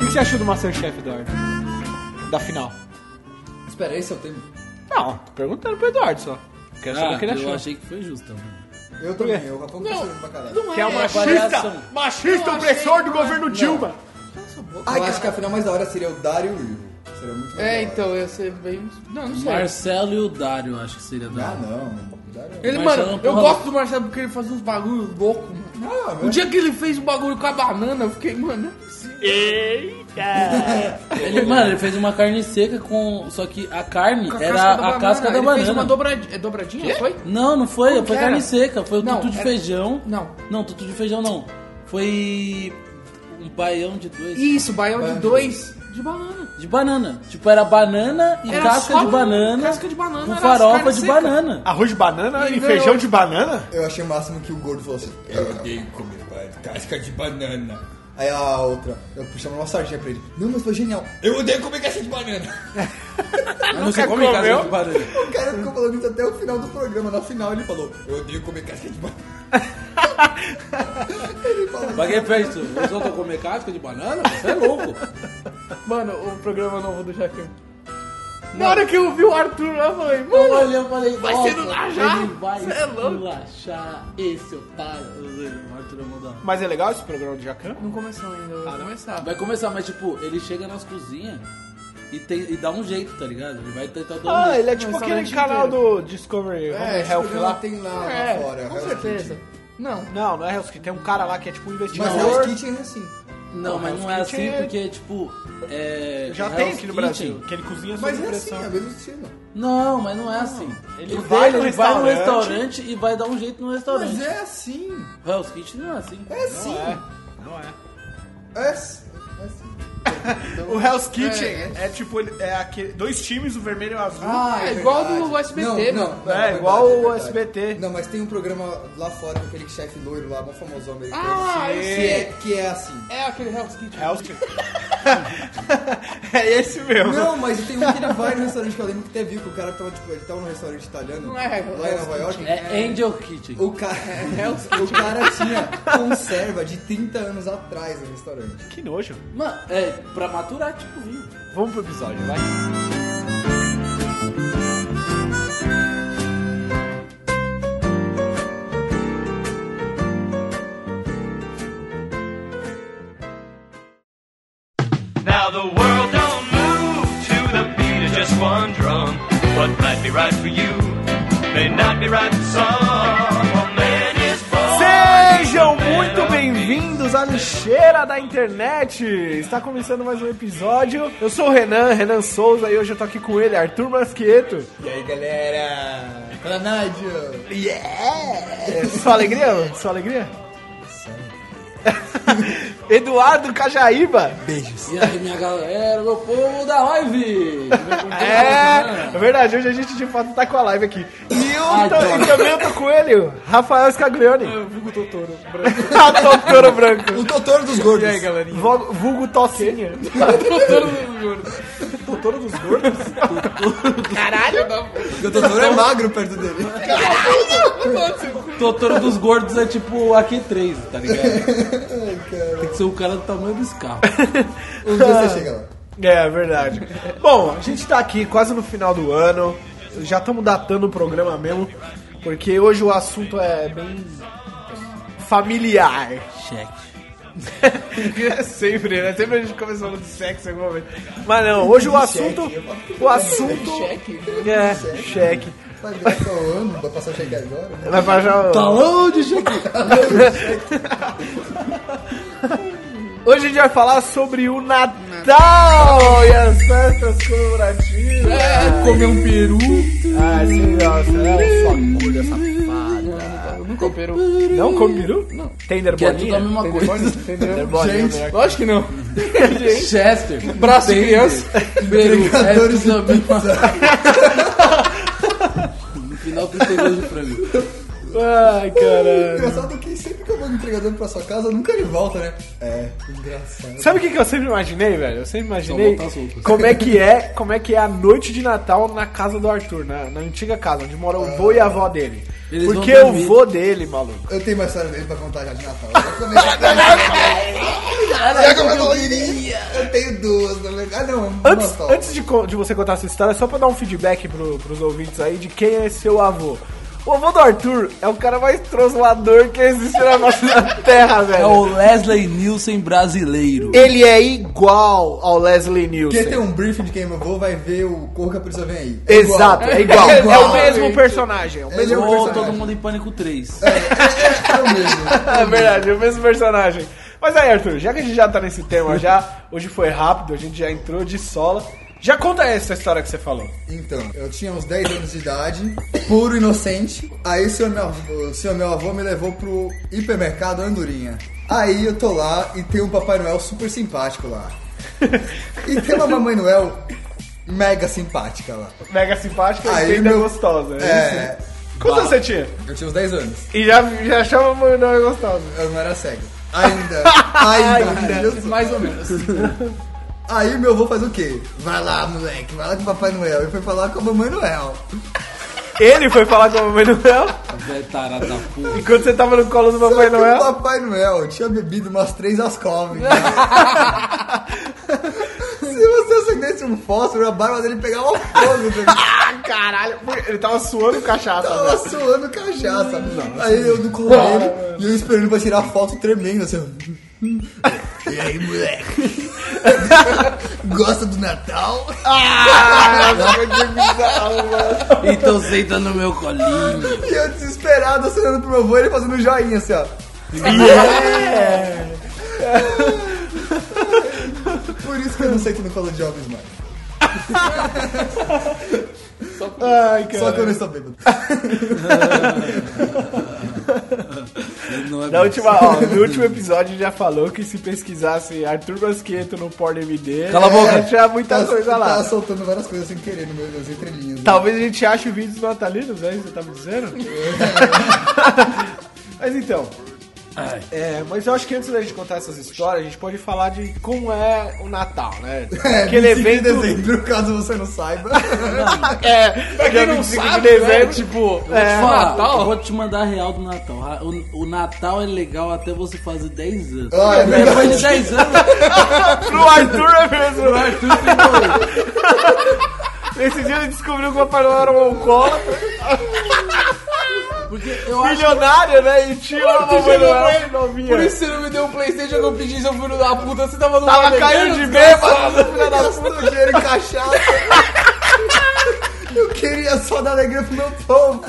você achou do Masterchef, Eduardo? Da final. Espera, esse é o tema. Não, tô perguntando pro Eduardo só. Quero saber o que ele Ah, eu achou. achei que foi justo. então. mano. Eu também, eu Rafão tá chorando pra caralho. Que é o avaliação. machista, machista opressor do governo Dilma. eu acho que a final mais da hora seria o Dario e o Ivo. Seria muito mais É, da hora. então, ia ser bem. Não, não sei. Marcelo e o Dário, eu acho que seria Ah, Dário. não. O Dario é- Ele, Marcelo mano, é eu uma gosto do Marcelo porque ele faz uns bagulho louco, mano. Ah, O meu. dia que ele fez o bagulho com a banana, eu fiquei, mano, não é possível. Ele, mano, ele fez uma carne seca com. Só que a carne Com a era a casca da ele fez uma banana. dobradinha. É dobradinha? Foi? Não, não foi, foi Como que era? carne seca, foi o Não, tutu de era- feijão. Não. Não, tutu de feijão não. Foi um baião de dois. Isso, baião de Banana. dois de banana. De banana. Tipo, era banana e Era casca só de banana. casca de banana, Com era farofa carne de seca. banana. Arroz de banana Ele e feijão ganhou. de banana? Eu achei o máximo que o gordo falou assim. Eu odeio comer ba- casca de banana. Aí a outra, eu puxava uma sardinha pra ele. Não, mas foi genial. Eu odeio comer casca de banana. Mas não se nunca come comeu? é casca de banana. O cara ficou falando isso até o final do programa. Na final ele falou. Eu odeio comer casca de banana. Ele falou Pra quem fez isso? Você não comer casca de banana? Você é louco. Mano, o programa novo do Jacan. Na hora que eu vi o Arthur, eu falei, mano, Olha, eu falei, Vai nossa, se relaxar? Ele vai Você é louco. relaxar esse otário. O Arthur mandou. Mas é legal esse programa do Jacan? não começou ainda, vai começar. Vai começar, mas tipo, ele chega nas cozinhas e, tem, e dá um jeito, tá ligado? Ele vai tentar dar um Ah, jeito. ele é tipo Mas aquele restaurante canal inteiro. do Discovery É, Home esse Health programa lá. tem lá, lá É, fora. com Hell's certeza. Kitchen. Não. Não, não é Hell's Kitchen. Tem um cara lá que é tipo um Mas investigador. Hell's Kitchen é assim. Não, mas não é Hell's Kitchen assim é- porque, tipo, é. Já Hell's tem aqui no Brasil. Kitchen- Que ele cozinha sob Mas é assim, pressão. é o mesmo estilo. Não, mas não é assim. ele O vai dele, no ele vai no restaurante- restaurante e vai dar um jeito no Mas restaurante. é assim. Hell's Kitchen não é assim. É assim. Não é. É assim. É assim. O Hell's Kitchen é, tipo ele- é aquele, dois times, o vermelho e o azul. é igual do SBT, não, né? não, não, É, verdade, igual o verdade. SBT. Não, mas tem um programa lá fora com aquele chefe loiro lá, mó famoso americano. Ah, eu que sei. é, que é assim. É aquele Hell's Kitchen. Hell's Kitchen. é esse mesmo. Não, mas tem um que ele vai no restaurante que eu lembro que até viu que o cara tava, tipo, ele tava num restaurante italiano Não é, lá em Hell's Nova York. É Angel Kitchen. O cara, o cara tinha conserva de 30 anos atrás no restaurante. Que nojo. Mano, é pra maturar, tipo, vinho. Vamos pro episódio, vai. Now the world don't move to the beat of just one drum. What might be right for you may not be right for some. A man is born. Sejam muito bem-vindos à lixeira da internet! Está começando mais um episódio. Eu sou o Renan, Renan Souza, e hoje eu tô aqui com ele, Arthur Masqueto. E aí, galera? Fala, Nádia! Yeah! Só alegria? mano? Só alegria? Eduardo Cajaíba. E aí, minha galera, meu povo da live! É, é verdade, hoje a gente de fato tá com a live aqui. E eu Ai, tô- droga. e também eu tô com ele, o Rafael Scaglione. Vulgo Totoro. Ah, Doutor Branco. O doutor dos gordos. E aí, galera? Vulgo, vulgo tocinha. Totoro do gordo. Doutor dos gordos? Caralho, não. O doutor é magro perto dele. Totoro dos gordos é tipo o AQ3, tá ligado? Tem que ser o cara do tamanho dos carros. Um dia você chega lá. É, verdade. Bom, a gente tá aqui quase no final do ano. Já estamos datando o programa mesmo. Porque hoje o assunto é bem familiar. Cheque. Sempre, né? Sempre a gente começa falando de sexo em algum momento. Mas não, hoje o assunto. O assunto. Cheque. É, cheque. Vai virar só o ano, vai passar o cheque agora. né? Vai baixar o. Talão de cheque! Hoje a gente vai falar sobre o Natal e as festas comemorativas. É. Comer um peru. Ah, sim, nossa, é sua mulher safada. Eu nunca opero. Não come peru? Não. Tem Que é tudo a nerbolinha? mesma coisa. Entendeu? Nerbolinha, né? Lógico que não. Chester. Braço de Bender, criança. Peru. É Jogadores tudo a mesma No final tem cerveja pra mim. Ai, caralho. Engraçado é que sempre que eu vou no entregador pra sua casa, nunca ele volta, né? É, engraçado. Sabe o que, que eu sempre imaginei, velho? Eu sempre imaginei Só botar as roupas. como é que é, como é que é a noite de Natal na casa do Arthur, na, na antiga casa, onde mora o vô e a avó dele. Eles Porque vão eu dormir. vou dele, maluco. Eu tenho uma história dele pra contar já de Natal. Já começou a contar. Eu tenho duas, na verdade. Ah, não, uma Antes, só. antes de, co- de você contar essa história, só pra dar um feedback pro, pros ouvintes aí de quem é seu avô. O avô do Arthur é o cara mais troslador que existe na nossa terra, velho. É o Leslie Nielsen brasileiro. Ele é igual ao Leslie Nielsen. Quem tem um briefing de quem eu vou vai ver o Corra que a polícia vem aí. É igual. Exato, é igual. É É, igual. o mesmo personagem. É o mesmo Ele é um Ou personagem. Todo Mundo em Pânico 3. É o mesmo. É verdade, é o mesmo personagem. Mas aí, Arthur, já que a gente já tá nesse tema já, hoje foi rápido, a gente já entrou de sola. Já conta essa história que você falou. Então, eu tinha uns 10 anos de idade, puro inocente. Aí o seu meu, o seu meu avô me levou pro hipermercado Andorinha. Aí eu tô lá e tem um Papai Noel super simpático lá. E tem uma Mamãe Noel mega simpática lá. Mega simpática Aí e ainda meu- gostosa. É. É, isso? Quantos anos você tinha? eu tinha uns 10 anos. E já, já achava muito gostosa. Eu não era cego. Ainda. Ainda. Jesus. Mais ou menos. Aí meu avô faz o quê? Vai lá, moleque, vai lá com o Papai Noel. E foi falar com a Mamãe Noel. Ele foi falar com o Papai Noel, Velho tarado da porra. enquanto você é tava no colo do Papai Só Que o Noel. Papai Noel tinha bebido umas três Ascov. né? Se você acendesse um fósforo, a barba dele pegava fogo. Tá? Ah, caralho, ele tava suando cachaça. né? Tava velho. suando cachaça. Aí eu no correio e eu esperando pra tirar foto tremendo, assim. ó. E aí, moleque? Gosta do Natal? Então senta no meu colinho. E eu desesperado acenando pro meu avô ele fazendo um joinha assim, ó. Por isso que eu não sei que não fala de jovens mais. Ai, cara. Só que eu não estou bêbado. Ele não é Na bom. última, ó, no último episódio ele já falou que se pesquisasse Arthur Basqueto no PornMD, Cala a boca. tinha muita coisa lá. Tá soltando várias coisas sem querer no meu, nas entrelinhas. né? Talvez a gente ache vídeos natalinos, é isso que você tá me dizendo? mas então. Ai. é, mas eu acho que antes da gente contar essas histórias, a gente pode falar de como é o Natal, né? É, Aquele 25 de evento. dezembro, caso você não saiba. É, pra Quem não sabe, é tipo... É, Fala, Natal? Eu vou te mandar a real do Natal. Ah, O, o Natal é legal até você fazer 10 anos. Ó, é verdade. Depois de 10 anos, pro Arthur é mesmo. o Arthur ficou. Nesse dia ele descobriu que o Papai Noel era um alcoólatra, Porque eu acho milionário, né? E tinha uma Mamãe chegou pra Noel ele, Por novinha. isso você não me deu um Playstation que eu pedi, seu filho da puta. Você tava no Tava Mega caindo de Man, bêbado. Gastou dinheiro em cachaça. Eu queria só dar alegria pro meu povo.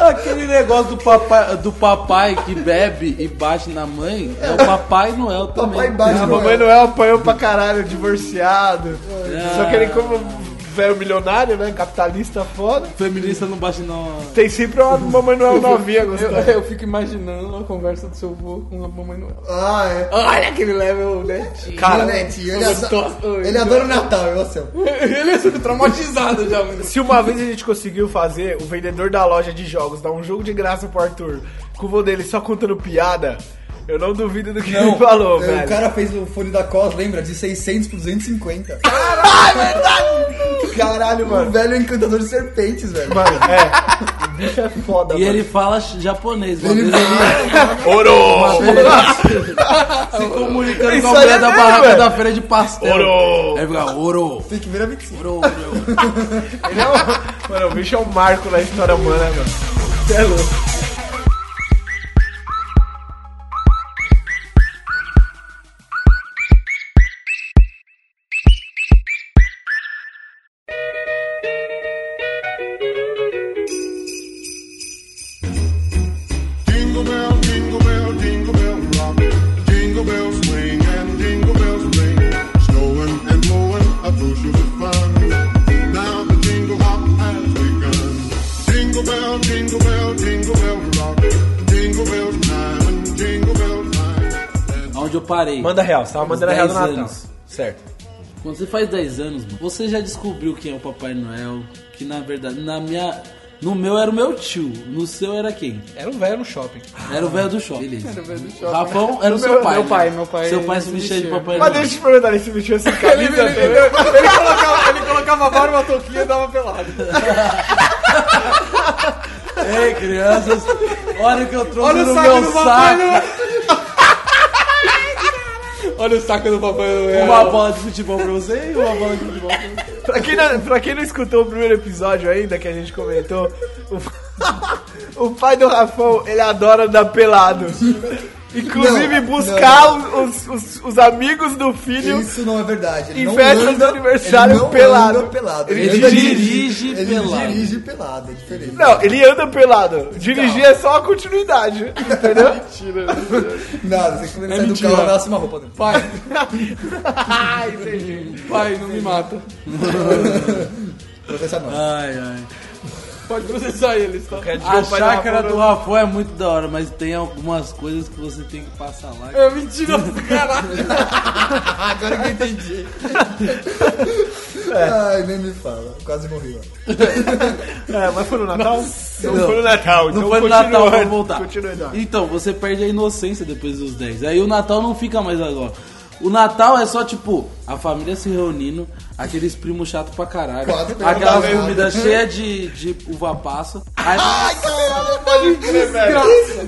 aquele negócio do papai, do papai que bebe e bate na mãe. É o Papai Noel também. Papai bate A no Mamãe Noel apanhou pra caralho, divorciado. É. Só que ele, como velho milionário, né? Capitalista foda. Feminista não bate não. Tem sempre uma Mamãe Noel novinha Eu, gostando. eu fico imaginando a conversa do seu avô com a mamãe Noel. Ah, é. Olha aquele level, né? Cara, Moletinho, ele, gostoso. adora, ele adora o Natal, eu sei. Ele é traumatizado já, mano. se uma vez a gente conseguiu fazer o vendedor da loja de jogos dar um jogo de graça pro Arthur com o vô dele só contando piada, eu não duvido do que ele falou, É, velho. O cara fez o fone da COS, lembra? De 600 por 250. Caralho, verdade! Caralho, mano. O velho encantador de serpentes, velho. Mano, é. O bicho é foda, E mano. ele fala japonês. Uma Ele vez ele Oro! assim, se comunicando Isso com a mulher aí é da mesmo, barraca velho. da feira de pastel. Ouro! Aí fica, ouro. Tem que ver a mentira. Ouro, ouro. Ele é um- Mano, o bicho é um marco na história humana, mano. Você é louco. Jingle bell, jingle bell, jingle bell rock. Jingle bells swing and jingle bells ring. Snowing and blowing a bushel of fun. Now the jingle hop has begun. Jingle bell, jingle bell, jingle bell rock. Jingle bells time and jingle bell time. Onde eu parei. Manda real, você tava mandando a real do 10 Natal. anos. Certo. Quando você faz 10 anos, mano, você já descobriu quem é o Papai Noel. Que na verdade, na minha. No meu era o meu tio. No seu era quem? Era um velho no shopping. Era o velho do shopping. Beleza. Era o velho do shopping. Rafão era o Meu- seu pai. meu né? pai, meu pai Seu pai se não vestia de existia. Papai Mas Noel. deixa eu te perguntar, ele se vestiu assim, camisa, Ele, ele, ele, ele colocava, ele colocava colocava a barba, uma touquinha e dava pelado. Ei, crianças, olha o que eu trouxe Olha o no saco meu do Papai saco. Noel. Olha o saco do Papai Noel. Uma bola de futebol pra você e uma bola de futebol pra mim. Pra quem, não, pra quem não escutou o primeiro episódio ainda, que a gente comentou, o, o pai do Rafão, ele adora andar pelado. Inclusive Não, buscar Os, os- os amigos do filho. Isso não é verdade. Ele Em não festas anda- de aniversário, ele não pelado. anda pelado. Ele anda dirige pelado. Ele dirige pelado, é diferente. Não, ele anda Então. pelado. Dirigir é só a continuidade, entendeu? Nada, você quando ele É sai mentira. do carro, nasce uma roupa dentro. Pai. Pai, não me mata. Processa nós. Ai, ai. Pode processar eles, tá? A chácara do Rafão é muito da hora, mas tem algumas coisas que você tem que passar lá. É mentira, caralho. Agora que eu entendi. Ai, nem me fala. Quase morri, ó. É, tá mas foi no Natal? Não, Não. foi no Natal, então Não foi no continua- Natal, vamos voltar. continua, Eduardo. Então, você perde a inocência depois dos 10. Aí o Natal não fica mais agora. O Natal é só, tipo, a família se reunindo, aqueles primos chatos pra caralho. Quase pegou Aquela da comida merda. cheia de, de uva passa. Aí-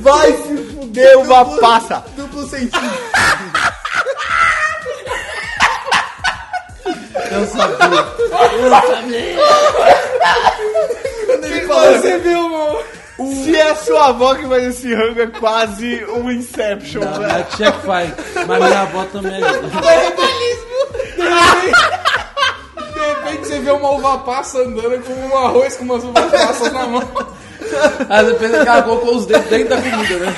Vai se fuder uma passa. Duplo sentido. eu sabia. Ele fala assim, viu, mano? Se é sua avó que faz esse rango, é quase um Inception, A velho. minha tia que faz. Mas minha avó também ajuda. De repente você vê uma uva passa andando com um arroz com umas uvas passas na mão. Aí você pensa que ela colocou os dedos dentro da comida, né?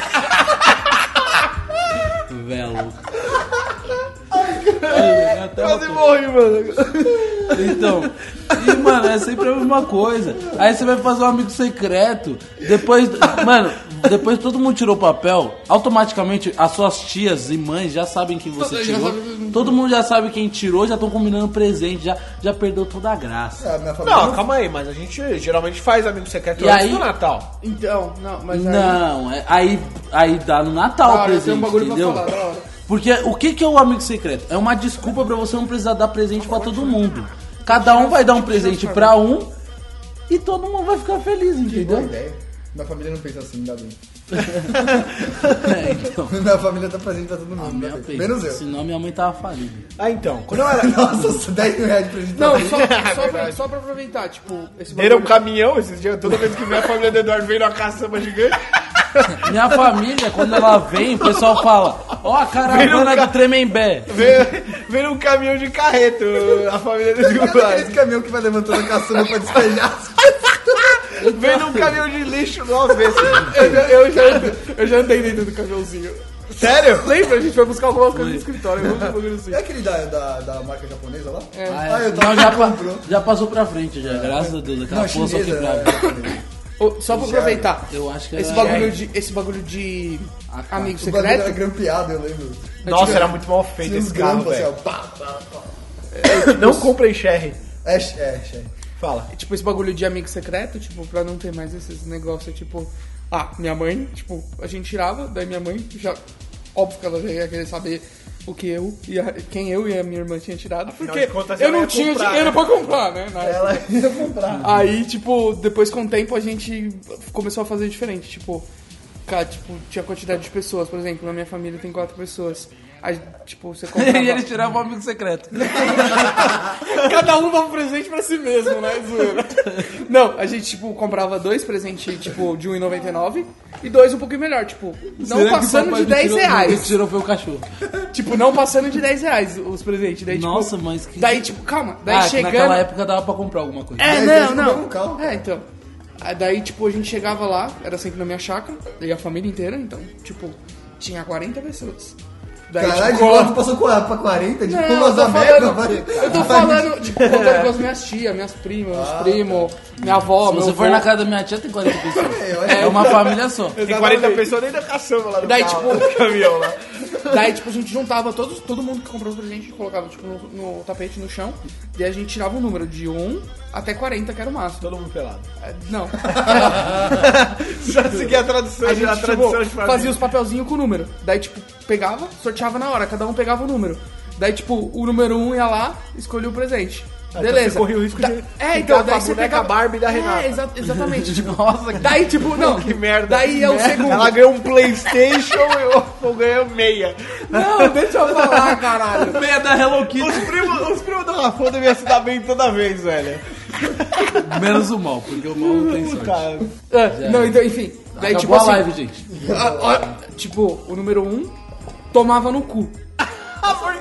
Velo. Até uma Quase morri, mano. Então, e, mano, é sempre a mesma coisa. Aí você vai fazer um amigo secreto. Depois, mano, depois que todo mundo tirou o papel. Automaticamente as suas tias e mães já sabem quem você tirou. Todo mundo já sabe quem tirou, já estão combinando presente, já, já perdeu toda a graça. ah, minha família Não, calma aí, mas a gente geralmente faz amigo secreto E antes aí- do Natal. Então, não, mas Não, é- aí, aí dá no Natal o Cara, eu presente, tenho um bagulho pra entendeu? falar, da hora. Porque o que, que é o amigo secreto? É uma desculpa pra você não precisar dar presente pra todo mundo. Cada um vai dar um presente pra um e todo mundo vai ficar feliz, Boa entendeu? ideia. Minha família não pensa assim, ainda bem. É, então. Minha família tá presente pra todo mundo. Minha ainda bem. filha, Menos eu. Senão minha mãe tava falida. Ah, então. Quando eu era... Nossa, 10 mil reais de presente pra Não, mim. só, só, pra, só pra aproveitar, tipo, esse Era um caminhão esses dias, toda vez que minha família do Eduardo veio numa caçamba gigante. Minha família, quando ela vem, o pessoal fala: Ó, a caravana do Tremembé. Veio, veio um caminhão de carreto, a família do Eduardo. Aquele caminhão que vai levantando a caçamba pra despejar. tá Veio num caminhão de lixo do avesso. Eu já, eu, já, eu já andei dentro do caminhãozinho. Sério? Lembra? A gente foi buscar algumas coisas no escritório. Eu um bagulho assim. É aquele da, da, da marca japonesa lá? É. Ah, Ah, é. eu tava Não, já, um pa- comprou. já passou pra frente, já. Graças a Deus, aquela Não, porra só chinesa, quebrava. é japonesa. Ô, só pra aproveitar, Eu acho que é era. esse bagulho de, esse bagulho de amigo O bagulho era secreto, grampeado, eu lembro. Nossa, era muito mal feito Tinha uns esse carro, grampos assim, ó. velho. Pá, pá, pá. Não comprem Sherry. É, é, é. Fala. tipo, esse bagulho de amigo secreto, tipo, pra não ter mais esses negócios, tipo, ah, minha mãe, tipo, a gente tirava, daí minha mãe já, óbvio que ela já ia querer saber o que eu e a- quem eu e a minha irmã tinha tirado, porque de contas, eu ela não ia tinha comprar, dinheiro né? pra comprar, né? na época. Ela ia comprar. Aí, tipo, depois com o tempo a gente começou a fazer diferente. Tipo, cara, tipo, tinha quantidade de pessoas. Por exemplo, na minha família tem quatro pessoas. Aí, tipo, você E comprava... ele tirava o amigo secreto. Cada um dava um presente pra si mesmo, né? Zoeira. Não, a gente, tipo, comprava dois presentes, tipo, de 1,99 e dois um pouquinho melhor. Tipo, não Será que o passando papai de me 10 tirou- reais. me tirou foi o cachorro. Tipo, não passando de 10 reais os presentes. Daí, tipo, Nossa, mas que. Daí, tipo, calma. Daí ah, que chegando... naquela época dava pra comprar alguma coisa. É, Dez vezes não, compraram não. um carro, cara. é, então. Aí daí, tipo, a gente chegava lá, era sempre na minha chácara, daí a família inteira, então, tipo, tinha 40 pessoas. Daí, Caralho, de tipo, quatro passou qua- pra 40, de Não, eu pulas tô da merda. falando, Vai, eu tô falando, tipo, contando com as minhas tias, minhas primas, meus primos, minha avó, Se meu você for avô. na casa da minha tia, tem 40 pessoas. eu acho É uma família só. Tem 40 pessoas dentro da caçamba lá no Daí, carro, tipo- do caminhão lá. Daí, tipo, a gente juntava todos, todo mundo que comprou os presentes, a gente colocava, tipo, no, no tapete, no chão, e a gente tirava um número de 1 até 40, que era o máximo. Todo mundo pelado. É, Não. Só seguir a tradução, A a gente, a tipo, tradição de fazia família. os papelzinhos com o número. Daí, tipo, pegava, sorteava na hora, cada um pegava o número. Daí, tipo, o número um ia lá, escolhia o presente. você Beleza. corria Ah, então o risco Da- de É, ficar então, com a daí você boneca pegava... Barbie da Renata. É, exa- exatamente. Nossa, que daí, tipo, não. Que merda. Daí é o segundo. Ela ganhou um Playstation e eu ganhei um meia. Não, deixa eu falar, caralho. meia da Hello Kitty. Os primos, os primos do Rafão devem se dar bem toda vez, velho. Menos o mal, porque o mal não tem sorte. Cara, É, não, então, enfim. Daí, Acabou tipo a assim, live, gente. a- a- tipo, o número 1 um, tomava no cu.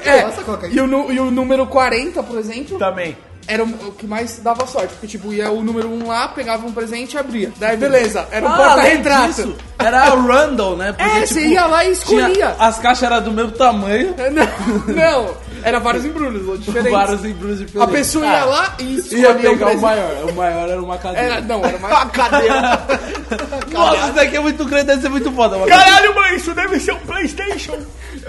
É, Nossa, Coca. e o, nu- e o número 40, por exemplo, Tá. também. era o o que mais dava sorte. Porque, tipo, ia o número 1 um lá, pegava um presente e abria. Daí, beleza, era um Ah, além porta-retrato. disso, era a Randall, né? Porque, É, tipo, você ia lá e tinha- escolhia. as caixas eram do mesmo tamanho, Não, não, era vários embrulhos diferentes. vários embrulhos A diferentes. pessoa Ah, ia lá e escolhia Ia pegar o presente. maior. O maior era uma cadeira. Era, não, era mais... Nossa, isso daqui é muito grande, deve ser muito foda. Mas... Caralho, mãe, isso deve ser um Playstation. Eu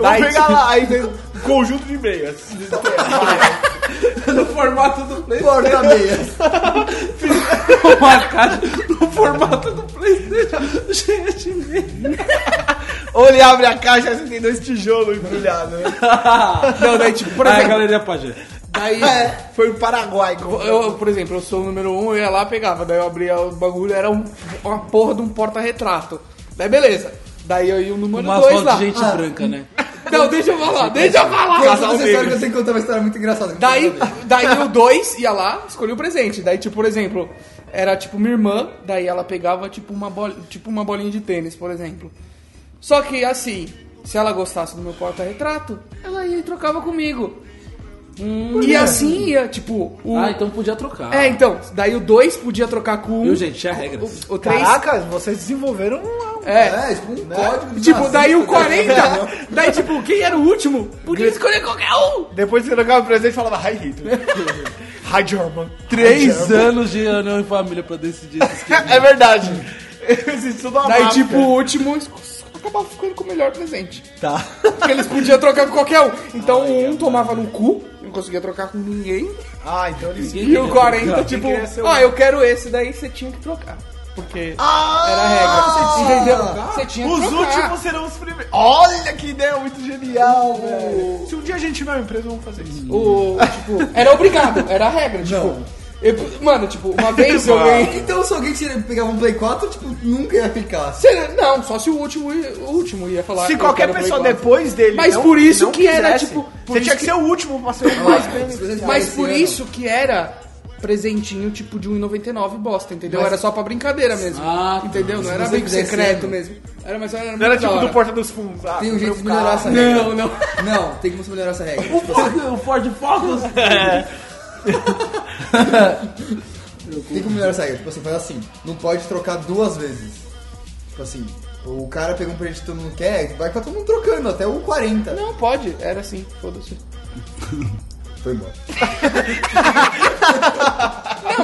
vou Daí- pegar lá, aí tem um conjunto de meias. no formato do Playstation. Porta meias. Uma caixa no formato do Playstation. Gente, meu. Ou ele abre a caixa e tem dois tijolos embrulhados. Né? Não, daí, tipo, por Ai, exemplo, Ah, galeria Pajé. daí, Foi o Paraguai. com- eu, por exemplo, eu sou o número um, eu ia lá, pegava, daí eu abria o bagulho, era um- uma porra de um porta-retrato. Daí, beleza. Daí eu ia o número Uma dois foto lá. Ah. de gente branca, né? Não, deixa eu falar, deixa eu falar. Conta essa história Negro. que eu tenho que contar uma história muito engraçada. que Daí, eu tenho que daí o 2 ia lá, escolhia o presente. Daí, tipo, por exemplo, era tipo minha irmã, daí ela pegava tipo uma, bol tipo, uma bolinha de tênis, por exemplo. Só que assim, se ela gostasse do meu porta-retrato, ela ia e trocava comigo. e assim ia, tipo, o. Ah, então podia trocar. É, um- então, daí o 2 podia trocar com o 1. Viu, gente? Tinha regras. O 3. Caraca, vocês desenvolveram um... contar. É, É. tipo, um código de Tipo, nazista, daí o tá 40. ligado? daí, tipo, quem era o último? Podia escolher qualquer um! Depois que você trocava o presente, falava Hi Hitler. Hi German. Três anos de reunião em família pra decidir esses que... É verdade. Existe tudo uma Daí, máfia. tipo, o último es- acabava ficando com o melhor presente. Tá. Porque eles podiam trocar com qualquer um. Então, o um tomava no cu, não conseguia trocar com ninguém. Ah, então eles... E o 40, trocar? tipo, Quem queria ser o- ah, eu quero esse. Daí você tinha que trocar. Porque Ah, era a regra. Você tinha, entendeu? Você tinha que Os trocar. últimos serão os primeiros. Olha que ideia muito genial, velho. Se um dia a gente tiver uma empresa, vamos fazer isso. O, tipo, era obrigado, era a regra. Tipo, Não. eu- mano, tipo, uma vez eu ganhei. Então se alguém tira- pegava um Play 4, tipo, nunca ia ficar. Você- Não, só se o último, ia- o último ia falar. Se eu qualquer quero Play pessoa 4. depois dele. Mas não- por isso não que era, quisesse, tipo, por Você tinha isso que que- ser o último pra ser o mais bem- Mas por isso que era presentinho tipo de 1,99 bosta, entendeu? Era só pra brincadeira mesmo. Ah, tá. entendeu? Não era você bem quiser secreto ser, mesmo. Era, mas era, Não era tipo do Porta dos Fundos. Ah, Tem um jeito de comprei melhorar essa regra. Não, não. Não, tem como melhorar essa regra. O Ford, o Ford Focus. Tem como melhorar essa regra. Tipo assim, faz assim. Não pode trocar duas vezes. Tipo assim, o cara pega um presente que todo mundo quer, vai pra todo mundo trocando, até o 40. Não, pode. Era assim, foda-se. Foi embora. Não,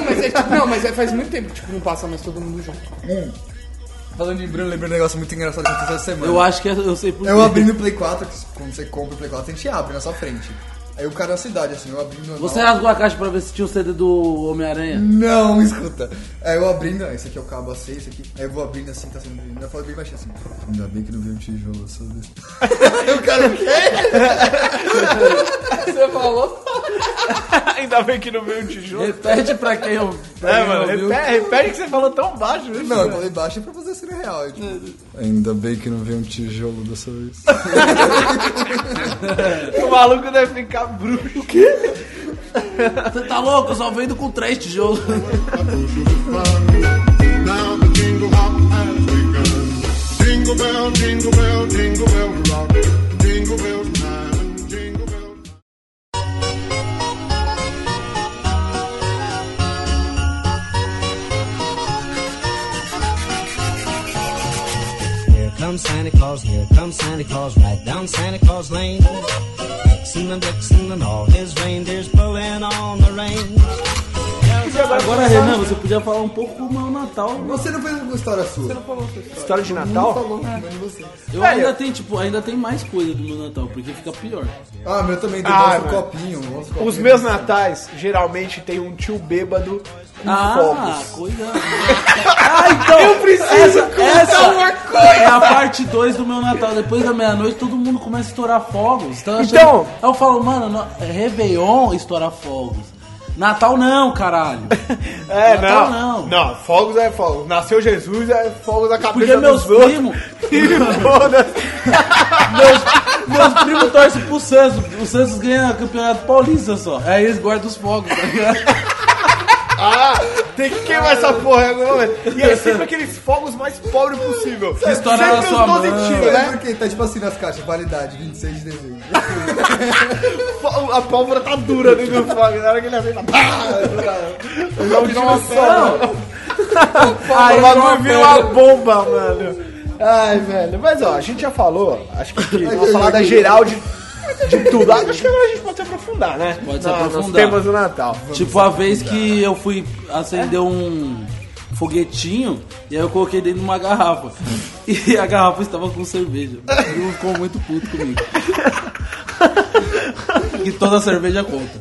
mas é tipo, não, mas é, faz muito tempo que tipo, não passa mais todo mundo junto. Hum. Falando de Bruno, lembrei um negócio muito engraçado que aconteceu essa semana. Eu acho que eu sei por Eu quê. abri no Play 4, que quando você compra o Play 4, a gente abre na sua frente. Aí o cara na cidade, assim, eu abri no. Você rasgou a caixa pra ver se tinha o CD do Homem-Aranha? Não, escuta. Aí eu abrindo, ah, esse aqui é o cabo AC, esse aqui. Aí eu vou abrindo assim, tá sendo. Eu falo bem baixinho assim. Ainda bem que não veio um tijolo sobre. Aí o cara, o quê? Você falou? Ainda bem que não veio um tijolo. Repete pra quem eu. É, mano, repete, repete que você falou tão baixo. Né? Não, eu falei baixo pra fazer ser real. eu, tipo, Ainda bem que não veio um tijolo dessa vez. O maluco deve ficar bruxo. Você tá louco? Eu só vendo com três tijolos. Now the jingle hop has begun. Jingle bell, jingle bell, jingle bell rock. Jingle bell time, jingle bell. Here comes Santa Claus, here comes Santa Claus, right down Santa Claus Lane. Dixon and Dixon and all his reindeers pulling on the reins. Agora, Renan, você podia falar um pouco como é o Natal. Você não fez uma história sua. História de Natal? Eu Velho. ainda tenho, tipo, ainda tem mais coisa do meu Natal, porque fica pior. Ah, meu também deu Ah, um mano. copinho, um outro copinho. Os meus natais geralmente tem um tio bêbado com Ah, fogos. coisa. ah, então. Eu preciso essa, essa Então, É a parte 2 do meu Natal. Depois da meia-noite, todo mundo começa a estourar fogos. Então, eu Então- chego- eu falo, mano, no, Réveillon estourar eh, fogos. Natal não, caralho. É, Natal não. não. Não, fogos é fogos. Nasceu Jesus é fogos da cabeça Porque meus dos outros. primos. E foda-se. Meus primos torcem pro Santos. O Santos ganha campeonato paulista só. Aí eles guardam os fogos, tá ligado? Ah, tem que queimar essa porra em algum momento. E é sempre aqueles fogos mais pobres possível. Que estouraram a sua mão. tiros, É né? porque tá tipo assim nas caixas, validade, 26 de dezembro. Fo- A pólvora tá dura dentro do fogo. Na hora que ele acerta, pá! Dá um tiro só. Aí O bagulho virou uma uma... bomba, mano. Ai, velho. Mas ó, a gente já falou, acho que aqui, uma falada geral de, de tudo. Acho que agora a gente pode se aprofundar, né? Pode se Na- Nos aprofundar. temas do Natal. Tipo, a vez que eu fui acender um foguetinho e aí eu coloquei dentro de uma garrafa. E a garrafa estava com cerveja. Ele ficou muito puto comigo. E toda cerveja conta.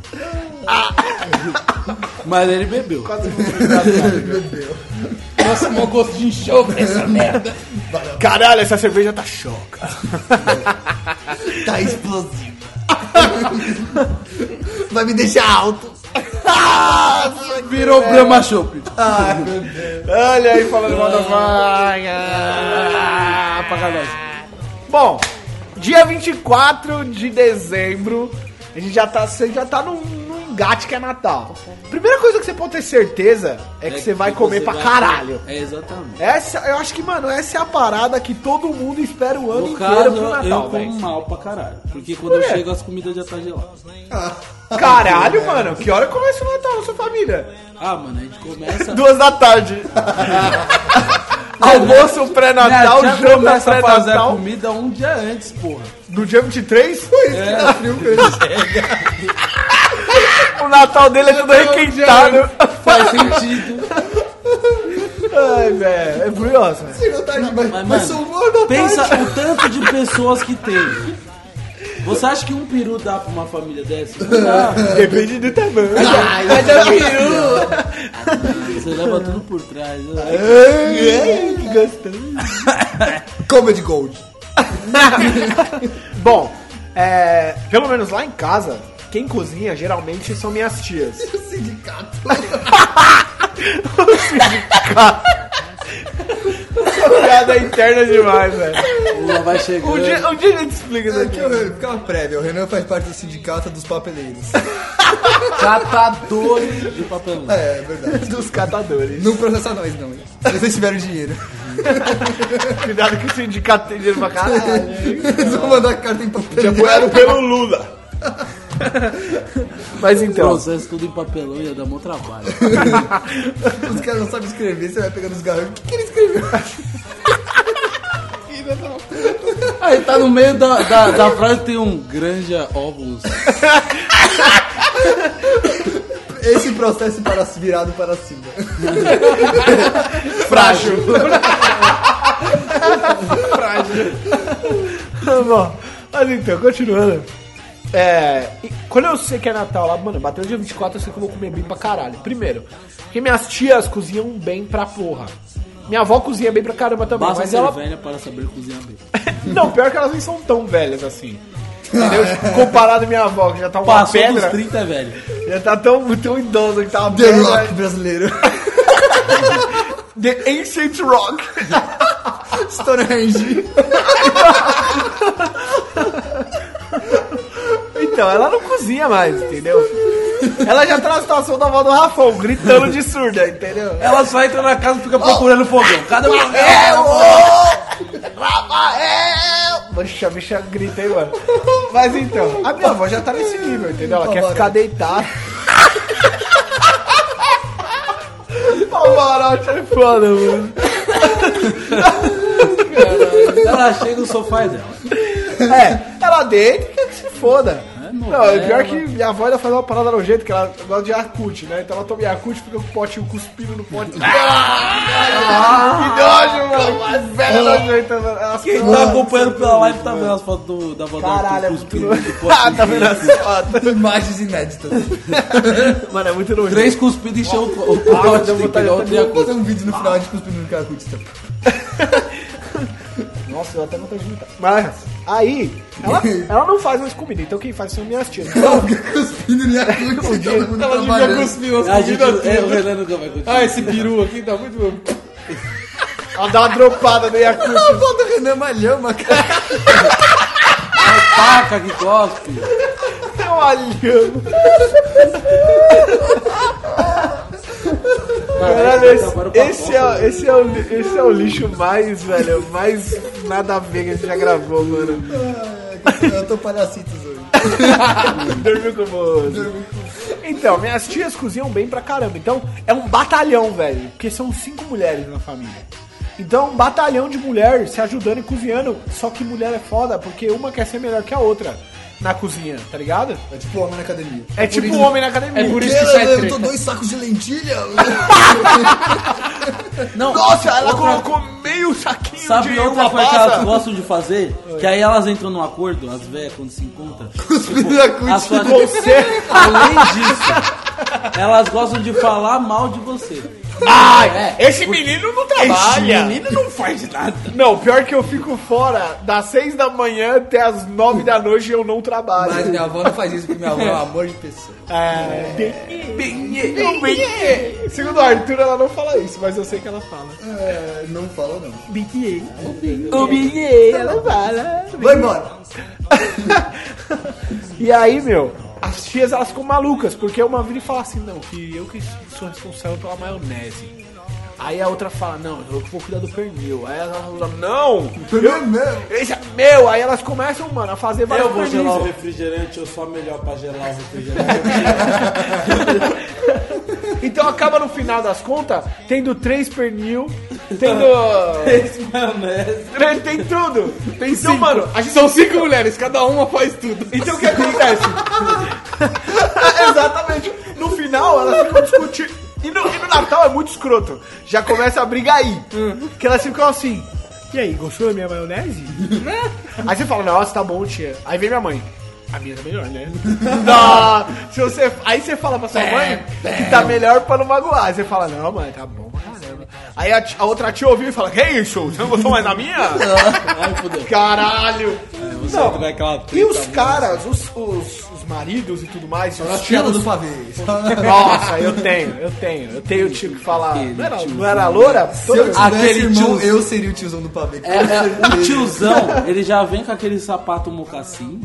Mas ele bebeu. um Nossa, meu gosto de enxofre essa merda. Caralho, essa cerveja tá choca. Tá explosivo. Vai me deixar alto. Virou Brahma Chopp. Olha aí falando mal da vaga. Apaga nós. Bom, dia 24 de dezembro, a gente já tá, você já tá num, num engate que é Natal. Primeira coisa que você pode ter certeza é que você vai comer pra caralho. É, exatamente. Essa, eu acho que, mano, essa é a parada que todo mundo espera o ano No inteiro caso, pro eu Natal, como velho. mal pra caralho. Porque quando Por eu quê? chego, as comidas já tá geladas. Caralho, mano, que hora começa o Natal na sua família? Ah, mano, a gente começa... Duas da tarde. Almoço pré-Natal, Minha tia janta É, começa a fazer a pré-Natal. comida um dia antes, porra. No dia 23? Que tá frio que ele O Natal dele é tudo requentado. Faz sentido. Ai, velho, é curioso, velho. tirou, tá demais. Mas, Mas mano, sou da Pensa tarde. o tanto de pessoas que tem. Você acha que um peru dá pra uma família dessa? Não dá. Depende do tamanho. Mas é peru. Você leva tudo por trás. né? Ai, que gostoso. Comedy Gold. Bom, é, pelo menos lá em casa, quem cozinha geralmente são minhas tias. Sindicato. piada é interna demais, velho. Ela vai chegando. Um dia, um dia a gente explica isso É que aqui. eu ficava prévia. O Renan faz parte do sindicato dos papeleiros. Catadores tá de papelão. É, é verdade. um Dos catadores. Não processa nós, não. hein? Se vocês tiveram dinheiro. Cuidado que o sindicato tem dinheiro pra caralho. Eles vão mandar carta em papel. Apoiado pelo Lula. Mas então, Processo tudo em papelão ia dar mó trabalho. Os caras não sabem escrever, você vai pegando os garrafos. O que, que ele escreveu? Aí tá no meio da, da, da frase tem um granja óvulos. Esse processo para, virado para cima. frágil. frágil. Bom, mas então, continuando. É, e quando eu sei que é Natal lá, mano, bateu dia 24, eu sei que eu vou comer bem pra caralho. Primeiro, porque minhas tias cozinham bem pra porra. Minha avó cozinha bem pra caramba também, Basta mas ser ela velha para saber cozinhar bem. Não, pior que elas nem são tão velhas assim. Entendeu? Comparado à minha avó, que já tá uma Passou pedra, dos 30, é velho. já tá tão, tão idosa que tá uma The pedra. Rock brasileiro. The Ancient Rock. Stonehenge. Então, ela não cozinha mais, entendeu? Ela já tá na situação da avó do Rafão, gritando de surda, entendeu? Ela só entra na casa e fica procurando fogão. Cada um. Rafael! Poxa, a bicha grita, hein, mano? Mas então, a minha avó já tá nesse nível, entendeu? Ela quer ficar deitada. Pavarotti é foda, mano. Ela chega no sofá dela. É, ela deita e quer que se foda. novela. não, é pior que minha avó ainda faz uma parada no jeito que ela gosta de Yakut, né? Então ela toma Yakut, fica com o potinho cuspindo no pote. Ah, que nojo, mano. Que velha nojenta, mano. Elas Quem tá acompanhando pela live tá vendo as fotos do, da Vodafone. Caralho, é muito cuspindo, nojo. tipo, Ah, tá vendo as fotos? Imagens inéditas. Mano, é muito nojento. Três cuspidas encheu o o pote, deu tem que vontade pegar de outro e a então. Vamos fazer um vídeo no final de cuspindo no Cacutista. Nossa, eu até não tô vomitar. Mas, aí, ela, ela não faz mais comida, então quem faz são minhas tias. Então, Alguém Tá cuspindo e aqui, todo mundo Ela devia trabalhando. cuspir umas A gente, comidas é, o assim. Renan nunca vai curtir. Ah, esse peru aqui tá muito bom. ela dá uma dropada no Yakult. A foto do Renan Malhama, cara. Paca que cospe. Olhando. Caralho, esse, esse é, esse, é o, li- esse é o lixo mais, velho, mais nada a ver que a gente já gravou, mano. Eu tô palhacitos hoje. Dormiu com o Então, minhas tias cozinham bem pra caramba. Então, é um batalhão, velho. Porque são cinco mulheres na família. Então, um batalhão de mulher se ajudando e cozinhando. Só que mulher é foda, porque uma quer ser melhor que a outra na cozinha, tá ligado? É tipo homem na academia. É tipo um homem na academia. É por isso que Ela sai levantou treta. dois sacos de lentilha. Não, Nossa, ela outra- colocou um meio saquinho Sabe de outra uva coisa que elas passa. gostam de fazer? Que aí elas entram num acordo, as velhas, quando se encontram. Cuspindo Yakult. A sua... Você... Além disso, elas gostam de falar mal de você. Ai, esse menino não trabalha. menino não faz nada. Não, pior que eu fico fora das seis da manhã até as nove da noite e eu não trabalho. Mas minha avó não faz isso, porque minha avó é um amor de pessoa. É. Bem- bem- bem- Segundo a Arthur, ela não fala isso, mas eu sei que ela fala. É, não fala não. O menino. Ela fala. Vai embora. E aí, meu, as tias elas ficam malucas, porque uma vira e fala assim, não, que eu que sou responsável pela maionese. Aí a outra fala, não, eu que vou cuidar do pernil. Aí ela fala, não, Primeiro mesmo. esse é meu. Aí elas começam, mano, a fazer várias Eu vou gelar o pernil. refrigerante, eu sou a melhor pra gelar o refrigerante. Então acaba no final das contas tendo três pernil, tendo... Esse maionese. Tem- tem tudo. Tem então, mano, a gente... São cinco mulheres, cada uma faz tudo. Então o que acontece? Exatamente. No final, elas ficam discutindo. E no, e no Natal é muito escroto. Já começa a briga aí. Hum. Que elas ficam assim. E aí, gostou da minha maionese? aí você fala, nossa, tá bom, tia. Aí vem minha mãe. A minha tá melhor, né? não, se você, aí você fala pra sua mãe que tá melhor pra não magoar. Aí você fala, não, mãe, tá bom pra caramba. Aí a, ti- a outra tia ouviu e fala, que isso? Você não gostou mais da minha? Ai, fodeu. Caralho! Não. Entra naquela E treta. os caras, os, os, os maridos e tudo mais, os Tira tios. do pavê. Nossa, eu tenho, eu tenho. Eu tenho o tio que fala. Não era, não era loura? Se eu tivesse Aquele irmão, tio- eu seria o tiozão do pavê. É, é, o tiozão, ele já vem com aquele sapato mocassim,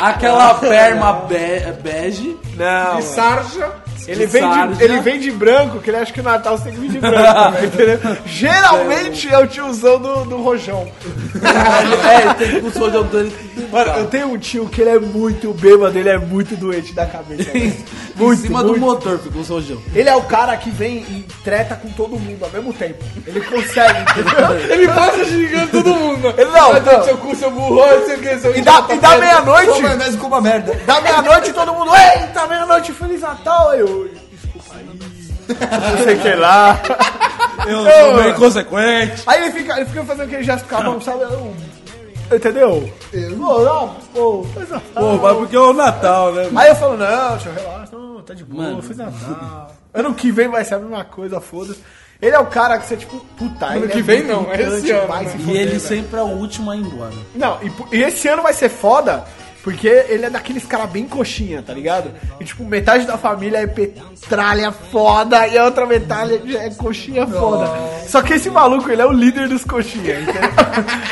aquela perna be- bege, Não. Sarja. Ele vem, de, sarja. ele vem de branco, que ele acha que o Natal você tem que vir de branco, né? entendeu? Geralmente é o tiozão do, do rojão. é, ele tem que pulsar de abdômen. Mano, eu tenho um tio que ele é muito bêbado, ele é muito doente da cabeça. Em, velho. em Muito, cima muito. do motor ficou o sojão. Ele é o cara que vem e treta com todo mundo ao mesmo tempo. Ele consegue, entendeu? Ele passa xingando todo mundo. Ele não, Vai não. dar seu cu, seu burro, seu que, seu E dá, e dá Só meia-noite, maionese com é uma merda. Dá meia-noite todo mundo, eita, meia-noite, Feliz Natal! Aí Eu, desculpa aí. Não sei o que lá. Eu sou bem inconsequente. Aí ele fica, ele fica fazendo aquele gesto com a mão, sabe? Eu- entendeu? Pô, não, pô, Feliz Natal. mas porque é o Natal, né? Aí eu falo, não, tio, relaxa, não, tá de boa, Mano. Feliz Natal. Ano que vem vai ser a mesma coisa, foda-se. Ele é o cara que você, tipo, puta, Ano que vem não, é esse ano, né? E ele sempre é o último a ir embora. Não, e, pu- e esse ano vai ser foda, porque ele é daqueles caras bem coxinha, tá ligado? E tipo, metade da família é petralha foda e a outra metade já é coxinha foda. Só que esse maluco, ele é o líder dos coxinha, entendeu?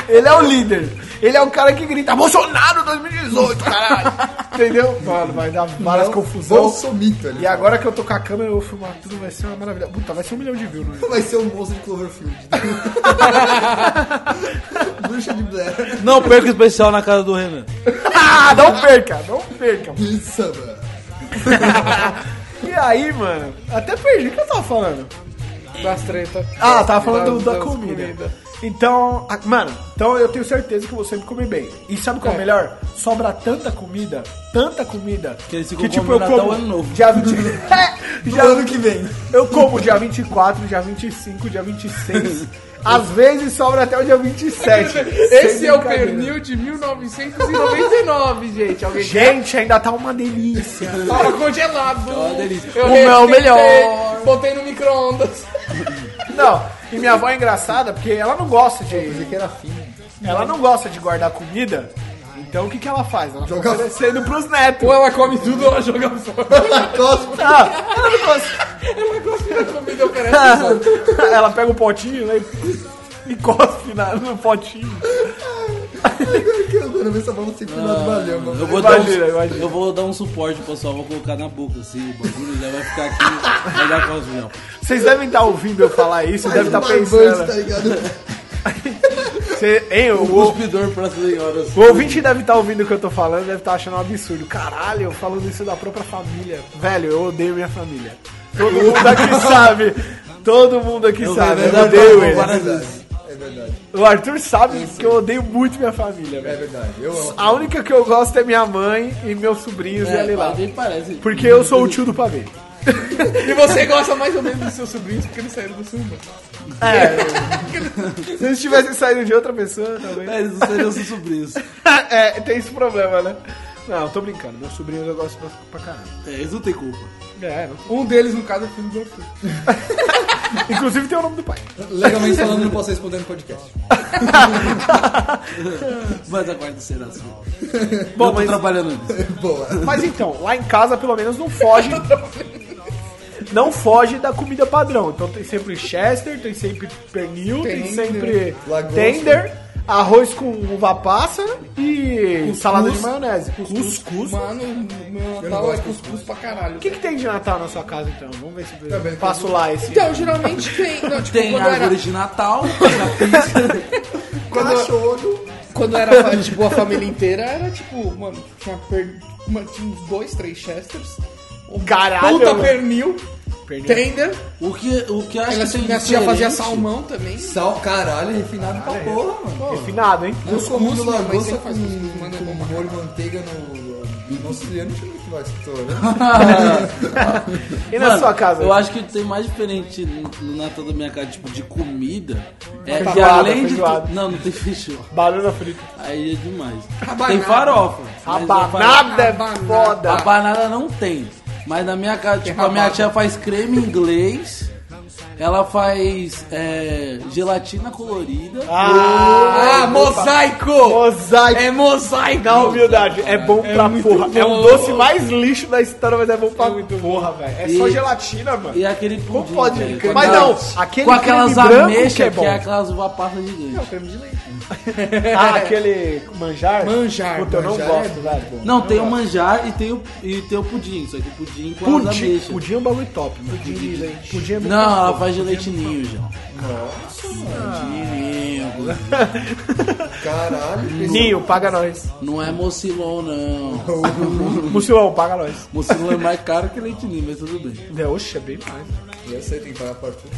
ele é o líder. Ele é o cara que grita Bolsonaro 2018, caralho. entendeu? Mano, vai dar várias confusão. Bolsomito ali. E agora que eu tô com a câmera, eu vou filmar tudo, vai ser uma maravilha. Puta, vai ser um milhão de views, né? Vai ser o moço de Cloverfield. Bruxa de Blair. Não perca o especial na casa do Renan. Ah, não perca, não perca. Pizza, mano. E aí, mano, até perdi o que eu tava falando. Das treta. Ah, tava falando Das- da, das comida. comida. Então, É. a- mano, então eu tenho certeza que eu vou sempre comer bem. E sabe o que é o melhor? Sobra tanta comida tanta comida tipo, Que eles ficam comendo até o ano novo. dia 20... dia ano que vem. Eu como dia 24, dia 25, dia 26. Às vezes sobra até o dia 27. Esse Sem é o brincadeira. pernil de 1999, gente. Alguém Gente, ainda tá uma delícia. tava congelado. delícia. Eu O meu é o requentei, melhor. Botei no micro-ondas. Não, e minha avó é engraçada porque ela não gosta de. é Ela não gosta de guardar comida. Então o que, que ela faz? Ela Joga- tá oferecendo pros netos. Ou ela come tudo ou ela joga fora. Cospe. Ah, ela não gosta. Ah, Ela gosta da comida, oferece os outros. Ela pega o potinho né, e cospe na- no potinho. Eu quero ver essa bola sempre lá do valeu, Eu mano. vou, dar Imagina, um, imagina. eu vou dar um suporte pro pessoal, vou colocar na boca assim, o bagulho já vai ficar aqui, vai dar cosmo não. Vocês devem estar ouvindo eu falar isso, Faz deve estar um barbante, tá pensando. ligado? Cê- hein, o, O cuspidor pra senhoras. o ouvinte deve estar ouvindo o que eu tô falando, deve estar achando um absurdo. Caralho, eu falando isso da própria família. Velho, eu odeio minha família. Todo mundo aqui sabe. Todo mundo aqui sabe. vi, Eu né? odeio Tá bom, eles. para- É verdade, O Arthur sabe que eu odeio muito minha família, é velho. verdade. Eu amo. A única que eu gosto é minha mãe e meus sobrinhos e ali lá. Nem É, parece. Porque eu sou o tio do pavê. E você gosta mais ou menos dos seus sobrinhos porque eles saíram do samba. É. Se eles tivessem saído de outra pessoa, talvez. É, eles não seriam seus sobrinhos. é, tem esse problema, né? Não, tô brincando. Meus sobrinhos eu gosto pra, pra caramba. É, eles não têm culpa. É, não- Um deles, no caso, é filho do Arthur. Inclusive tem o nome do pai. Legalmente falando, não posso responder no podcast. Mas aguarda será assim. Bom, eu tô mas- trabalhando nisso. Boa. Mas então, lá em casa pelo menos não foge. Não foge da comida padrão. Então tem sempre Chester, tem sempre pernil, tem, Tender. sempre Lagosta. tender, arroz com uva passa e salada de maionese. Cuscuz. Mano, meu Natal é cuscuz pra caralho. O que, que tem de Natal na sua casa então? Vamos ver se eu Também passo lá esse. Então, geralmente tem. Não, tipo, Tem quando, eu árvore era, de Natal, tem a pizza. Cachorro. quando eu era, fa- tipo, a família inteira, era tipo, mano, tinha, per... mano, tinha uns dois, três Chesters. Um Caralho, Puta mano. pernil. Tender. O que, o que eu acho Ela, que tem minha tia fazia diferente- salmão também. Sal, caralho, refinado pra porra, mano. Refinado, hein? Eu comendo minha mãe lagosta sempre com, faz cuscuz, mano, é com bom pra molho, manteiga no... No australiano, deixa eu ver o que vai né? estourar. E na Ah, Mano, sua casa? Eu acho que tem mais diferente no no Natal da minha casa, tipo, de comida. É que Feijoada, além de. feijoada. tu- Não, não tem feijoada. Banana frita. Aí é demais. Rabanada. Tem farofa. A mas banada é Rabanada. foda. A banana não tem. Mas na minha casa, tipo, a minha tia faz creme inglês. Ela faz é, gelatina colorida. Ah, mosaico! Mosaico. É mosaico! Na humildade, é bom pra porra. É um doce mais lixo da história, mas é bom pra porra, velho. É só E- gelatina, mano. E aquele pudim. Como pode? velho, Mas com aquelas- não, aquele tá Com aquelas creme branco ameixas, que que é é, bom. aquelas uva passa gigante. Creme de leite. Ah, aquele manjar? Manjar, Puta, eu não manjar gosto, é velho. Não, tem o manjar e tem o, e tem o pudim. Só que o pudim com as Pudim, ameixas. pudim é um bagulho top, mano. Pudim de leite. Pudim é muito Não, top. ela faz de leite ninho já. Nossa, ninho. Caralho, Ninho, paga nós. Não é mocilon, não. Mucilão, paga nós. Mocilon é mais caro que leite ninho, mas tudo bem. É, Oxe, é bem mais. eu sei, tem que pagar por tudo.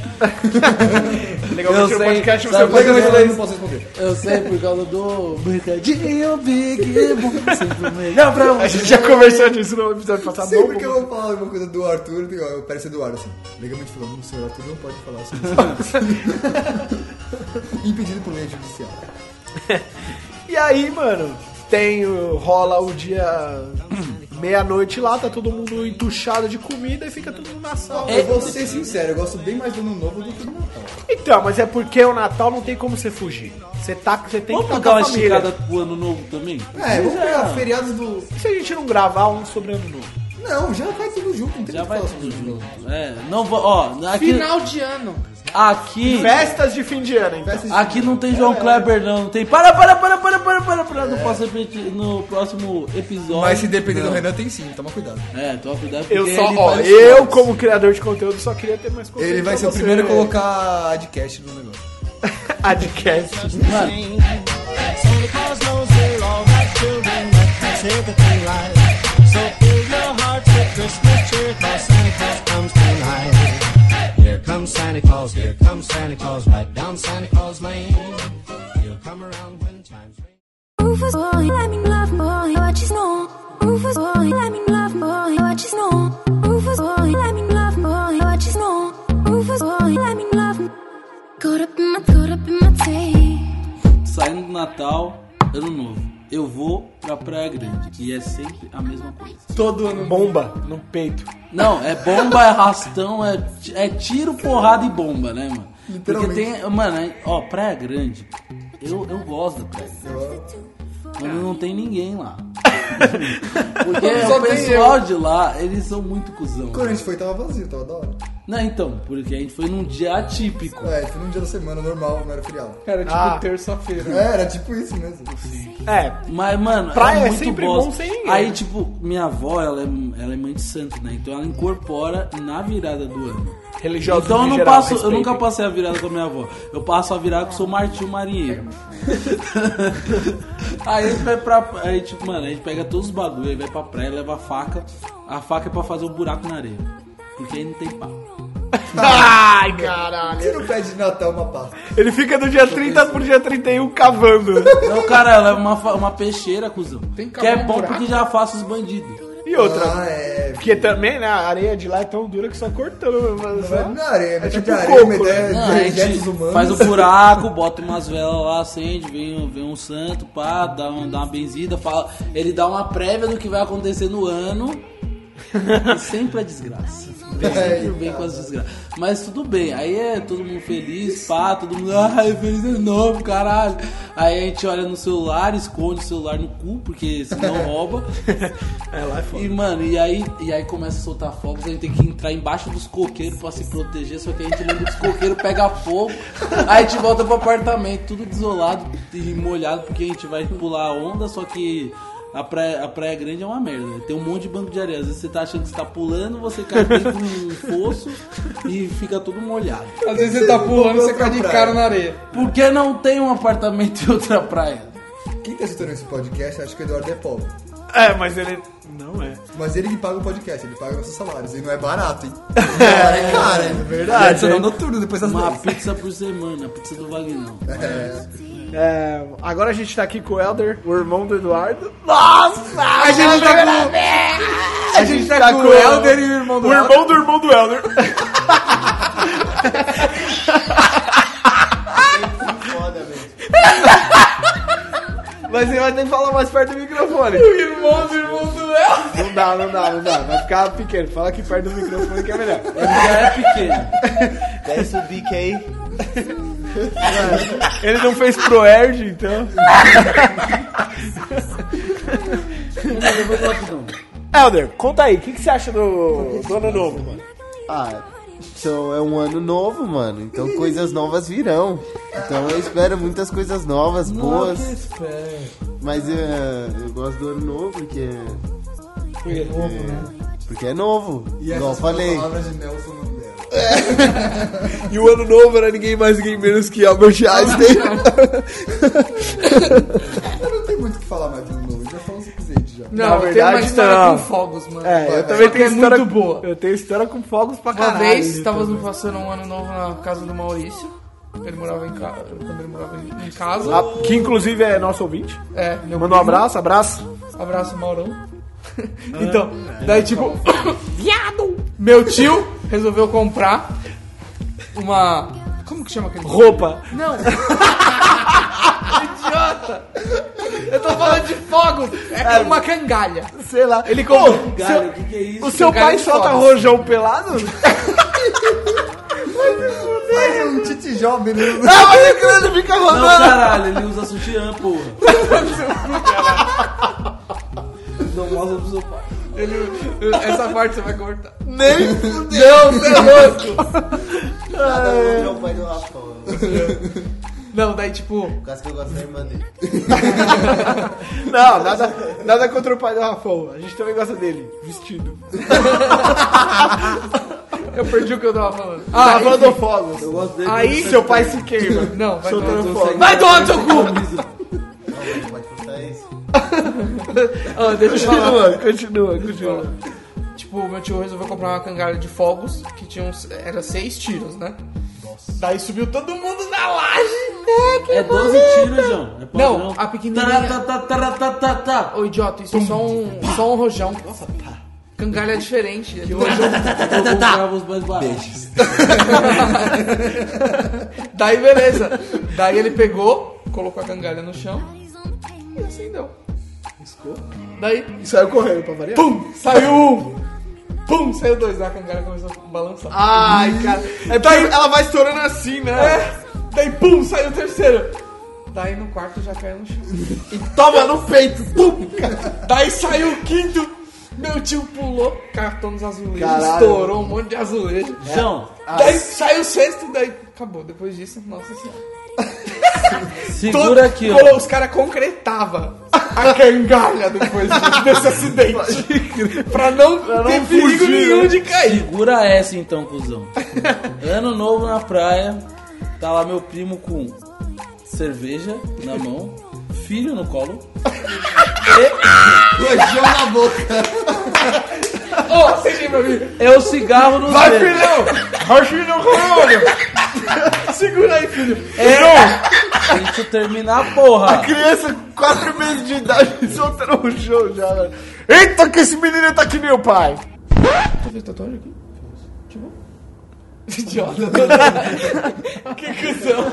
Legalmente Eu no sei, podcast você sabe paga Legalmente nós. falando, não posso responder. Eu sei por causa do mercadinho Big Bom. Sempre o melhor pra A você. gente já conversou disso no episódio passado. não, Sempre que pô. eu vou falar alguma coisa do Arthur, eu- eu pareço Eduardo assim. Legalmente falando, o senhor Arthur não pode falar assim." sobre isso. Impedido por lei judicial. E aí, mano, tem o- rola o dia meia-noite lá, tá todo mundo entuchado de comida e fica todo mundo na É, sala. Eu vou ser sincero, eu gosto bem mais do ano novo do que do Natal. Então, mas é porque o Natal não tem como você fugir. Você tá, você tem Vamos que dar estar com uma a família. esticada pro ano novo também? É, vamos pegar feriados do. E se a gente não gravar um sobre ano novo? Não, já vai tudo junto, não tem Já o que vai falar tudo sobre isso. junto. É, não vou. Ó, aqui. Final de ano. Aqui. Festas de fim de ano, então. Festa de- Aqui não tem João Kleber, não. Não tem. Para, para, para, para, para, para, para. Não posso repetir no próximo episódio. Mas se depender Não. do Renan, tem sim, toma cuidado. É, toma cuidado. Eu porque só, ele ó, faz eu stories. como criador de conteúdo só queria ter mais conteúdo. Ele vai pra ser o você, primeiro a um- velho. colocar adcast no negócio. Adcast. Mano. Santa Claus knows we're all right children, but that's everything right. So fill your hearts with Christmas cheer, 'cause Santa Claus comes tonight. Here comes Santa Claus, here comes Santa Claus, right down Santa Claus Lane. He'll come around when time's right. Ooh, Rufus boy, I'm in love boy, what you know? Rufus boy, I'm in love boy, what you know? Rufus boy, I'm in love boy, what you know? Rufus boy, I'm in love. Caught up in my, caught up in my tape. Saindo do Natal, ano novo. Eu vou pra Praia Grande. E é sempre a mesma coisa. Todo ano. Bomba no peito. Não, é bomba, é arrastão, é, é tiro, porrada e bomba, né, mano? Porque Literalmente. tem. Mano, é- ó, Praia Grande. Eu, eu gosto da Praia Grande. Mas não tem ninguém lá. Porque Só o tem pessoal de lá, eles são muito cuzão. Quando a gente foi, tava vazio, tava da hora. Não, então, porque a gente foi num dia atípico. É, foi num dia da semana normal, não era feriado. Era tipo Ah. terça-feira. É, era tipo isso mesmo. É, Mas, mano, Praia era é muito sempre bosta. bom sem ninguém. Aí, tipo, minha avó, ela é, ela é mãe de santo, né? Então ela incorpora na virada do ano. religiosos então eu, em não geral, passo, eu respeitem. nunca passei a virada com a minha avó. Eu passo a virada com o seu Martinho Marinheiro. aí a gente vai pra. Aí, tipo, mano, a gente pega todos os bagulho, aí vai pra praia, leva a faca. A faca é pra fazer um buraco na areia. Porque aí não tem pau. Ai, caralho. Você não pede de Natal uma pasta. Ele fica do dia 30 pro dia 31 cavando. Então, cara, ela é uma, fa- uma peixeira, cuzão. Tem que que é cavar um bom buraco. porque já afasta os bandidos. E outra. Ah, é. Porque também, né, a areia de lá é tão dura que só cortando. Mas, Vai na areia, é metade tipo de areia, coco, né? metade Não, de a gente objetos humanos. faz o buraco, bota umas velas lá, acende, vem, vem um santo, pá, dá, um- dá uma benzida, fala, ele dá uma prévia do que vai acontecer no ano. E sempre é desgraça. Vem, sempre vem com as desgraças. Mas tudo bem, aí é todo mundo feliz, pá, todo mundo, ai, feliz ano novo, caralho. Aí a gente olha no celular, esconde o celular no cu, porque senão rouba. É lá é foda. E, mano, e aí, e aí começa a soltar fogos, a gente tem que entrar embaixo dos coqueiros pra se proteger, só que a gente lembra dos coqueiros, pega fogo, aí a gente volta pro apartamento, tudo desolado e molhado, porque a gente vai pular a onda, só que a praia, a praia grande é uma merda, né? tem um monte de banco de areia, às vezes você tá achando que você tá pulando, você cai dentro de um fosso e fica tudo molhado. Às vezes você tá pulando e você cai de Pra cara praia. na areia. Porque não tem um apartamento em outra praia. Quem tá escutando esse podcast, acho que o Eduardo é pobre. É, mas ele. Não é. Mas ele que paga o podcast, ele paga nossos salários. E não é barato, hein? É, cara, é Ah, verdade. Gente, Adicional hein? noturno depois das Uma 10. pizza por semana, a pizza do Vagnão. É. É, agora a gente tá aqui com o Helder, o irmão do Eduardo. Nossa! A gente tá com, a gente tá com o Helder e o irmão do o irmão do irmão do Helder. Mas você vai ter que falar mais perto do microfone. O irmão do irmão do Helder. Não dá, não dá, não dá. Vai ficar É. pequeno. Fala aqui perto do microfone que é melhor. Ele já é pequeno. Desce o bico aí. Ele não fez pro Erd, então. Helder, conta aí, o que, que você acha do, do ano novo, mano? Ah, então é um ano novo, mano. Então coisas novas virão. Então eu espero muitas coisas novas, boas. Mas eh, eu gosto do ano novo porque. Porque é novo, né? Porque é novo. E igual eu essas falei. palavras de Nelson Mandela. E o ano novo era ninguém mais, ninguém menos que Albert Einstein. Eu não tenho muito o que falar mais do novo, já falou o suficiente já. Não, Na tem verdade, uma história não. com fogos, mano. É, eu Só também que tenho é história muito boa. Eu tenho história com fogos pra Uma caralho. vez, então. estávamos passando um ano novo na casa do Maurício. Ele morava em casa. Quando ele morava em em casa. Ah, que inclusive é nosso ouvinte. É, meu Manda um primo. abraço, abraço. Abraço, Maurão. então, daí tipo, viado! Meu tio resolveu comprar uma. Como que chama aquele? Roupa. Não! Idiota! Eu tô falando de fogos! É uma cangalha! Sei lá. Ele comprou- Cara, o que, que é isso? O seu Um Cara pai de solta fogos. rojão pelado? Faz um Titi Job, né? Ah, mas é que ele fica Não, rodando. caralho, ele usa sutiã, porra. Não mostra pro seu pai. Ele- essa parte você vai cortar. Nem é o pai do Rafa. Não, daí tipo. Por causa que eu gosto da irmã dele. Não, nada, nada contra o pai do Rafão. A gente também gosta dele. Vestido. Eu perdi o que eu tava falando. Ah, Ah, mandou fogos. Eu gosto dele. Aí seu pai se queima. Não, vai tomar soltando no fogo. cu. Vai tomar no seu cu! Não, pode cortar isso. Ah, deixa eu falar. Continua, continua, continua. Tipo, meu tio resolveu comprar uma cangalha de fogos que tinha uns, era seis tiros, né? Daí subiu todo mundo na laje É 12 tiros, João. É Não, padrão. a pequenininha- Tá, tá, tá, tá, tá, tá, tá. Ô idiota, isso é só um, só um rojão. Nossa, Cangalha é diferente. É do rojão. Eu tá. comprava os mais baratos. Daí beleza. Daí ele pegou, colocou a cangalha no chão e acendeu. Daí E saiu correndo pra variar. Pum! Saiu um! Pum! Saiu dois, né? A cangalha começou a balançar. Ai, cara. É daí ela vai estourando assim, né? Daí pum! Saiu o terceiro! Daí no quarto já caiu no chão. Toma no peito. Pum, cara. Daí saiu o quinto! Meu tio pulou, cartou nos azulejos, Caralho. estourou um monte de azulejo. João, Daí saiu o sexto, daí acabou. Depois disso, nossa senhora. segura Todo- aqui, colo- ó. Os caras concretava a cangalha depois de- desse acidente. pra não né? ter perigo nenhum de cair. Segura essa então, cuzão. Ano novo na praia, tá lá meu primo com cerveja na mão, filho no colo. Rojão na boca. Ó, acende pra mim. Eu É cigarro no Vai, dedo. filhão. Vai, filhão, caralho. Segura aí, filho. Deixa eu terminar, porra. Criança, quatro meses de idade, soltando o show já, velho. Eita, que esse menino tá que nem o pai. Você fez tatuagem aqui? Tipo? Idiota. que cuzão.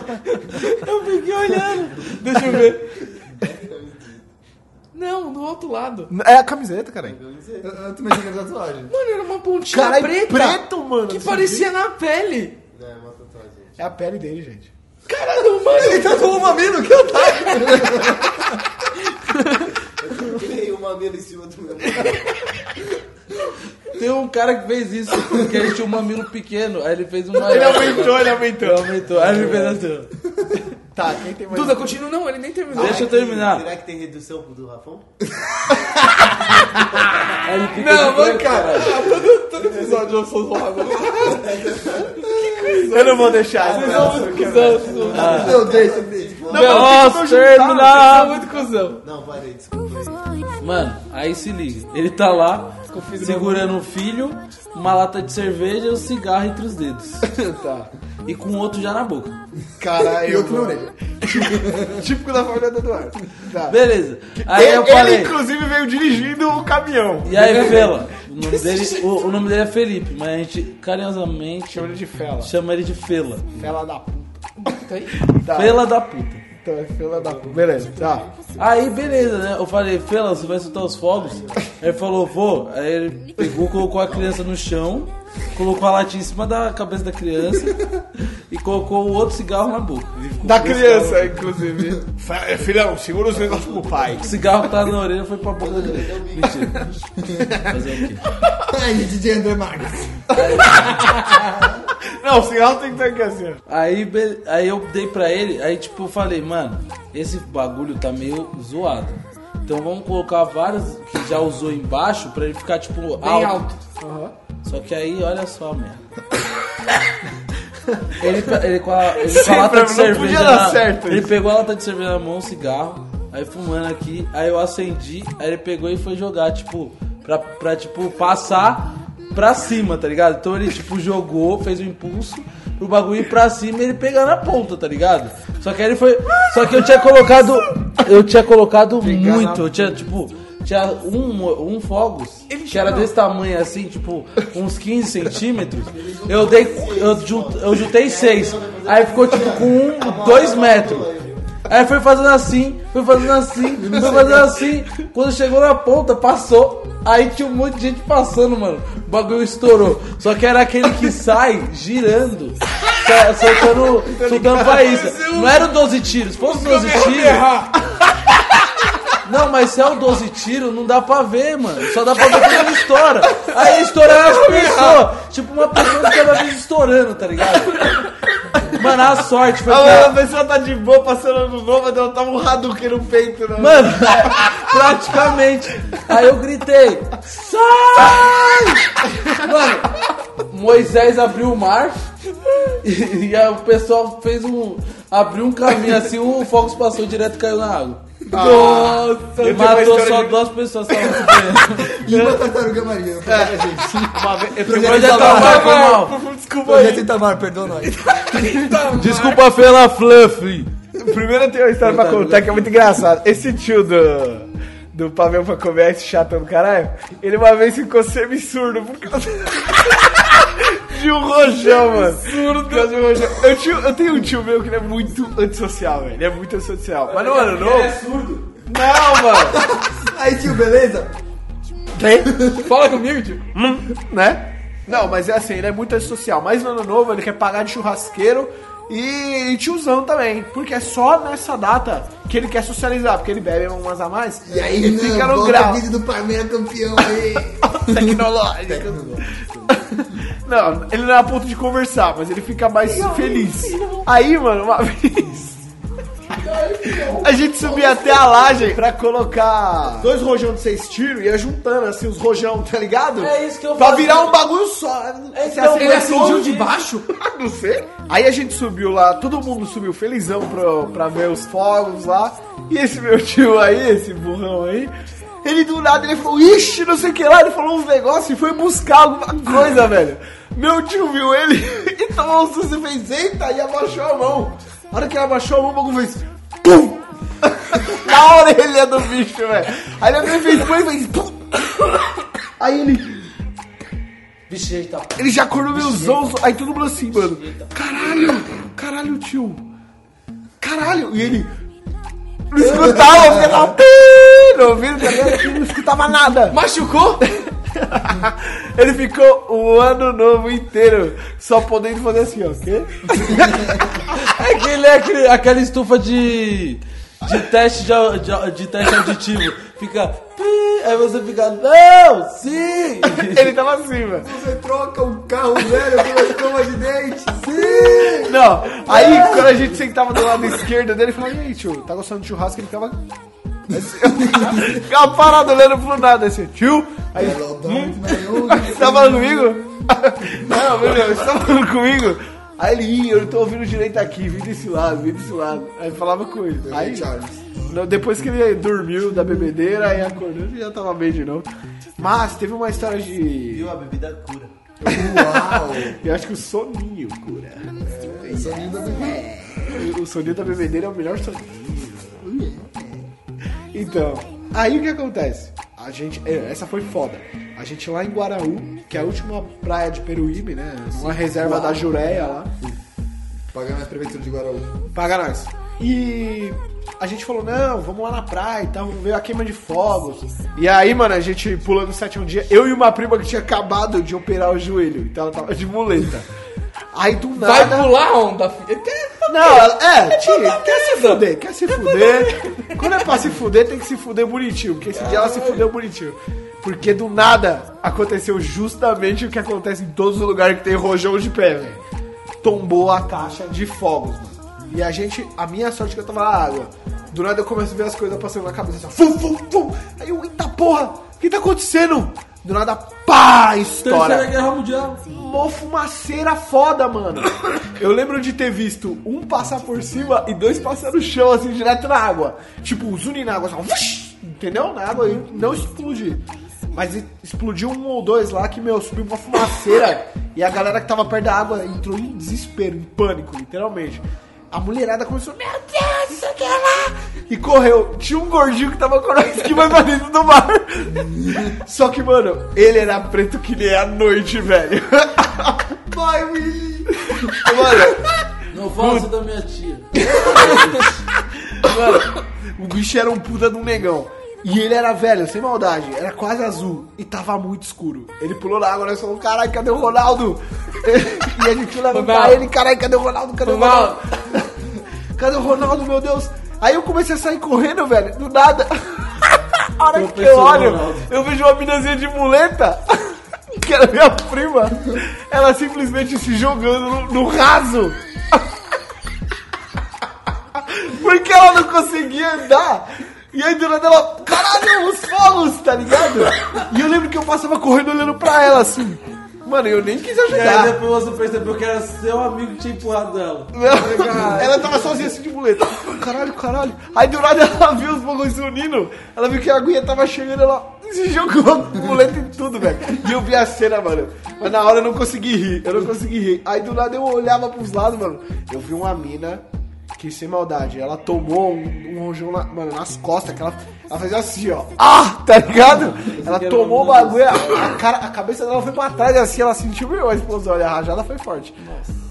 Eu fiquei olhando. Deixa eu ver. Não, do outro lado. É a camiseta, caralho. Eu, eu também cheguei na tatuagem. Mano, era uma pontinha Caralho, preta. preto, mano. Que parecia na pele. É a pele dele, gente. Caralho, mano. Ele tatuou uma mina, que eu Tem uma mina em cima do meu. Tem um cara que fez isso, porque ele tinha um mamilo pequeno, aí ele fez um maior. Ele aumentou, ele aumentou. aumentou. Aí ele fez assim. ó. Tá, quem tem mais... Duda, continua. Não, ele nem terminou. Deixa eu terminar. Será que tem redução pro do Rafão? Aí ele fica Não, de mano, branco, cara. caralho. Todo, todo episódio eu sou zoado. Eu não vou deixar. Vocês são muito cuzão. vocês são- Meu Deus, meu tipo, Deus. Nossa, Vocês são terminar. muito cuzão. Não, parei, desculpa. Mano, aí se liga. Ele tá lá, segurando um filho, uma lata de cerveja, um cigarro entre os dedos. Tá. E com outro já na boca. Caralho. E outro na orelha. Típico da família do Eduardo. Tá. Beleza. Aí Ele, é eu falei. inclusive, veio dirigindo o caminhão. E aí, Fela? O nome dele, o, o nome dele é Felipe, mas a gente carinhosamente Chama ele de Fela. chama ele de Fela. Fela da puta. Tá aí? Tá. Fela da puta. Então, é Fela da puta. Beleza, tá. Aí, beleza, né? Eu falei, Fela, você vai soltar os fogos? Aí ele falou, vou. Aí ele pegou, colocou a criança no chão, colocou a latinha em cima da cabeça da criança e colocou o outro cigarro na boca. Ele ficou Da com criança, inclusive. eh, Filhão, segura os negócios pro pai. O cigarro que tava na orelha foi pra boca dele. Mentira. Fazer o quê? Ai, DJ André Marques. Não, o cigarro tem que estar aqui assim, ó. Aí, be- aí eu dei pra ele, aí tipo eu falei, mano, esse bagulho tá meio zoado. Então vamos colocar vários que já usou embaixo pra ele ficar tipo Bem alto. alto. Só que aí, olha só, merda. ele, pe- ele com a, ele com a lata pra- de não cerveja. podia dar na- certo ele isso. pegou a lata de cerveja na mão, um cigarro, aí fumando aqui, aí eu acendi, aí ele pegou e foi jogar, tipo, pra, pra tipo, passar pra cima, tá ligado? Então ele, tipo, jogou, fez o impulso pro bagulho ir pra cima e ele pegar na ponta, tá ligado? Só que aí ele foi. Só que eu tinha colocado. Eu tinha colocado muito. Eu tinha, tipo. Tinha um, um fogos, que era desse tamanho assim, tipo, uns 15 centímetros. Eu dei. Eu, jun- eu juntei seis. Aí ficou tipo com um, dois metros. Aí foi fazendo assim, foi fazendo assim, foi fazendo assim. Quando chegou na ponta, passou. Aí tinha um monte de gente passando, mano. O bagulho estourou. Só que era aquele que sai girando, sa- soltando, soltando faísca. Não era o 12 tiros. Se fosse 12 tiros. Não, mas se é o 12 tiros, não dá pra ver, mano. Só dá pra ver quando ele estoura. Aí estouraram as pessoas. Tipo, uma pessoa de cada vez estourando, tá ligado? Mano, a sorte foi que. Ah, a pessoa tá de boa passando ano novo, mas ela tava um Hadouken no peito, né? Mano, praticamente. Aí eu gritei: Sai! Mano, Moisés abriu o mar e, e aí o pessoal fez um. abriu um caminho assim, o Fogos passou direto e caiu na água. Nossa, eu tenho Ah. uma matou história só de- duas pessoas que estavam se E uma tartaruga marinha. Uma vez- eu tenho Projeto uma história- Vai, Projeto Itamar, vai, "Ah, foi mal. por favor, Desculpa aí. Projeto Itamar, perdoa nós. Desculpa, Fela Fluffy. Primeiro eu tenho uma história pra contar que é muito engraçada. Esse tio do, do Pavel pra comer, esse chatão do caralho, ele uma vez ficou semi-surdo por causa de um rojão, mano. Surdo. Por causa de um rojão. Eu, tio- eu tenho um tio meu que ele é muito antissocial, velho. Ele é muito antissocial. Mas não ano novo. Ele é surdo. Não, mano. Aí, tio, beleza? Fala comigo, tio. né? Não, mas é assim, ele é muito antissocial. Mas no ano novo ele quer pagar de churrasqueiro e, e tiozão também. Porque é só nessa data que ele quer socializar, porque ele bebe umas a mais E aí, ele não, fica no bota é um grau. o vídeo do Palmeiras campeão aí. Tecnológico. Não, ele não é a ponto de conversar, mas ele fica mais feliz. Aí, mano, uma vez. A gente subia até a laje pra colocar dois rojão de seis tiros e ia juntando assim os rojão, tá ligado? É isso que eu É Pra faço. virar um bagulho só. Você acende Ele acendiu todo assim, de dia. baixo? Ah, Não sei. Aí a gente subiu lá, todo mundo subiu felizão pra, pra ver os fogos lá. E esse meu tio aí, esse burrão aí, ele do nada ele falou, ixi, não sei o que lá, ele falou uns negócios e foi buscar alguma coisa, velho. Meu tio viu ele e tomou um susto e fez, eita, e abaixou a mão. A hora que ele abaixou a mão, o bagulho fez, pum! Na orelha do bicho, velho. Aí ele fez, pum, e fez, pum! Aí ele... Vixe, eita. Ele já acordou meus onços. Aí todo mundo assim, mano. Caralho, caralho, tio. Caralho. E ele. Não escutava, porque tava. "Pi", No ouvido, tá ligado? Ele não escutava nada. Machucou? Ele ficou o ano novo inteiro só podendo fazer assim, ó. quê? É que ele é aquele- aquela estufa de. De teste, de, au- de, au- de teste auditivo. Fica. "Pi", Aí você fica. Não! Sim! Ele tava assim, mano. Você troca um carro velho pela escova de dente? Sim! Não, aí quando a gente sentava do lado esquerdo dele, ele falava, e aí, tio, tá gostando de churrasco? Ele ficava. Assim, ficava parado olhando pro nada, assim, tio. Aí, hum, Pelotão de maiô. Você tá falando comigo? Não, meu Deus, você tá falando comigo? Aí ele, "Ih, eu não tô ouvindo direito aqui, vem desse lado, vem desse lado. Aí eu falava com ele. Aí, Charles. não, depois que ele dormiu da bebedeira, aí acordou, ele já tava bem de novo. Mas teve uma história de. a bebida cura. Uau! Eu acho que o soninho cura. É, Sou linda do bem. O soninho da bebedeira é o melhor soninho. Então, aí o que acontece? A gente, é, essa foi foda. A gente lá em Guaraú, que é a última praia de Peruíbe, né? Uma reserva da Jureia lá. Pagando a prefeitura de Guaraú. Paga nós. E a gente falou, não, vamos lá na praia e tal, vamos ver a queima de fogos. E aí, mano, a gente pulando sete um dia, eu e uma prima que tinha acabado de operar o joelho, então ela tava de muleta. Aí do Vai nada. pular onda, filho. Não, ela- é, tia, quer se fuder, quer se fuder. Quando é pra se fuder, tem que se fuder bonitinho, porque esse dia ela se fudeu bonitinho. Porque do nada aconteceu justamente o que acontece em todos os lugares que tem rojão de pé, velho. Tombou a caixa de fogos, mano. E a gente, a minha sorte é que eu tava na água. Do nada eu começo a ver as coisas passando na cabeça, assim, ó, fum, fum, fum. Aí eu, eita porra, o que tá acontecendo? Do nada, pá, estoura. Terceira Guerra Mundial. Mó fumaceira foda, mano. Eu lembro de ter visto um passar por cima e dois passar no chão, assim, direto na água. Tipo, os unem na água, só, vush, entendeu? Na água e não explodir. Mas e- explodiu um ou dois lá que, meu, subiu uma fumaceira e a galera que tava perto da água entrou em desespero, em pânico, literalmente. A mulherada começou, meu Deus, isso aqui é lá! E correu. Tinha um gordinho que tava com nós que vai pra dentro do mar. Só que, mano, ele era preto que nem a noite, velho. Vai, Willy! Mano, Não fala assim da minha tia. mano, o bicho era um puta de um negão. E ele era velho, sem maldade, era quase azul e tava muito escuro. Ele pulou na água, nós falamos, caralho, cadê o Ronaldo? e a gente foi levantar mal. ele, caralho, cadê o Ronaldo? Cadê o Foi mal. Ronaldo? Cadê o Ronaldo, meu Deus? Aí eu comecei a sair correndo, velho, do nada. A hora que eu Tropeçou o olho, Ronaldo. eu vejo uma minazinha de muleta, que era minha prima, ela simplesmente se jogando no, no raso. Porque ela não conseguia andar. E aí do nada ela, caralho, os fogos, tá ligado? E eu lembro que eu passava correndo olhando pra ela assim. Mano, eu nem quis E aí ajudar. depois você percebeu que era seu amigo que tinha empurrado ela. Não, ela tava sozinha assim de muleta. Caralho, caralho. Aí do nada ela viu os bagulhos se unindo. Ela viu que a aguinha tava chegando, ela se jogou a muleta em tudo, velho. E eu vi a cena, mano. Mas na hora eu não consegui rir. Eu não consegui rir. Aí do nada eu olhava pros lados, mano. Eu vi uma mina que sem maldade, ela tomou um, um rojão na- mano, nas costas, que ela, ela fazia assim, ó. Ah, tá ligado? Ela tomou o bagulho, a, a cara, a cabeça dela foi pra trás assim, ela sentiu meu, a explosão, olha, a rajada foi forte.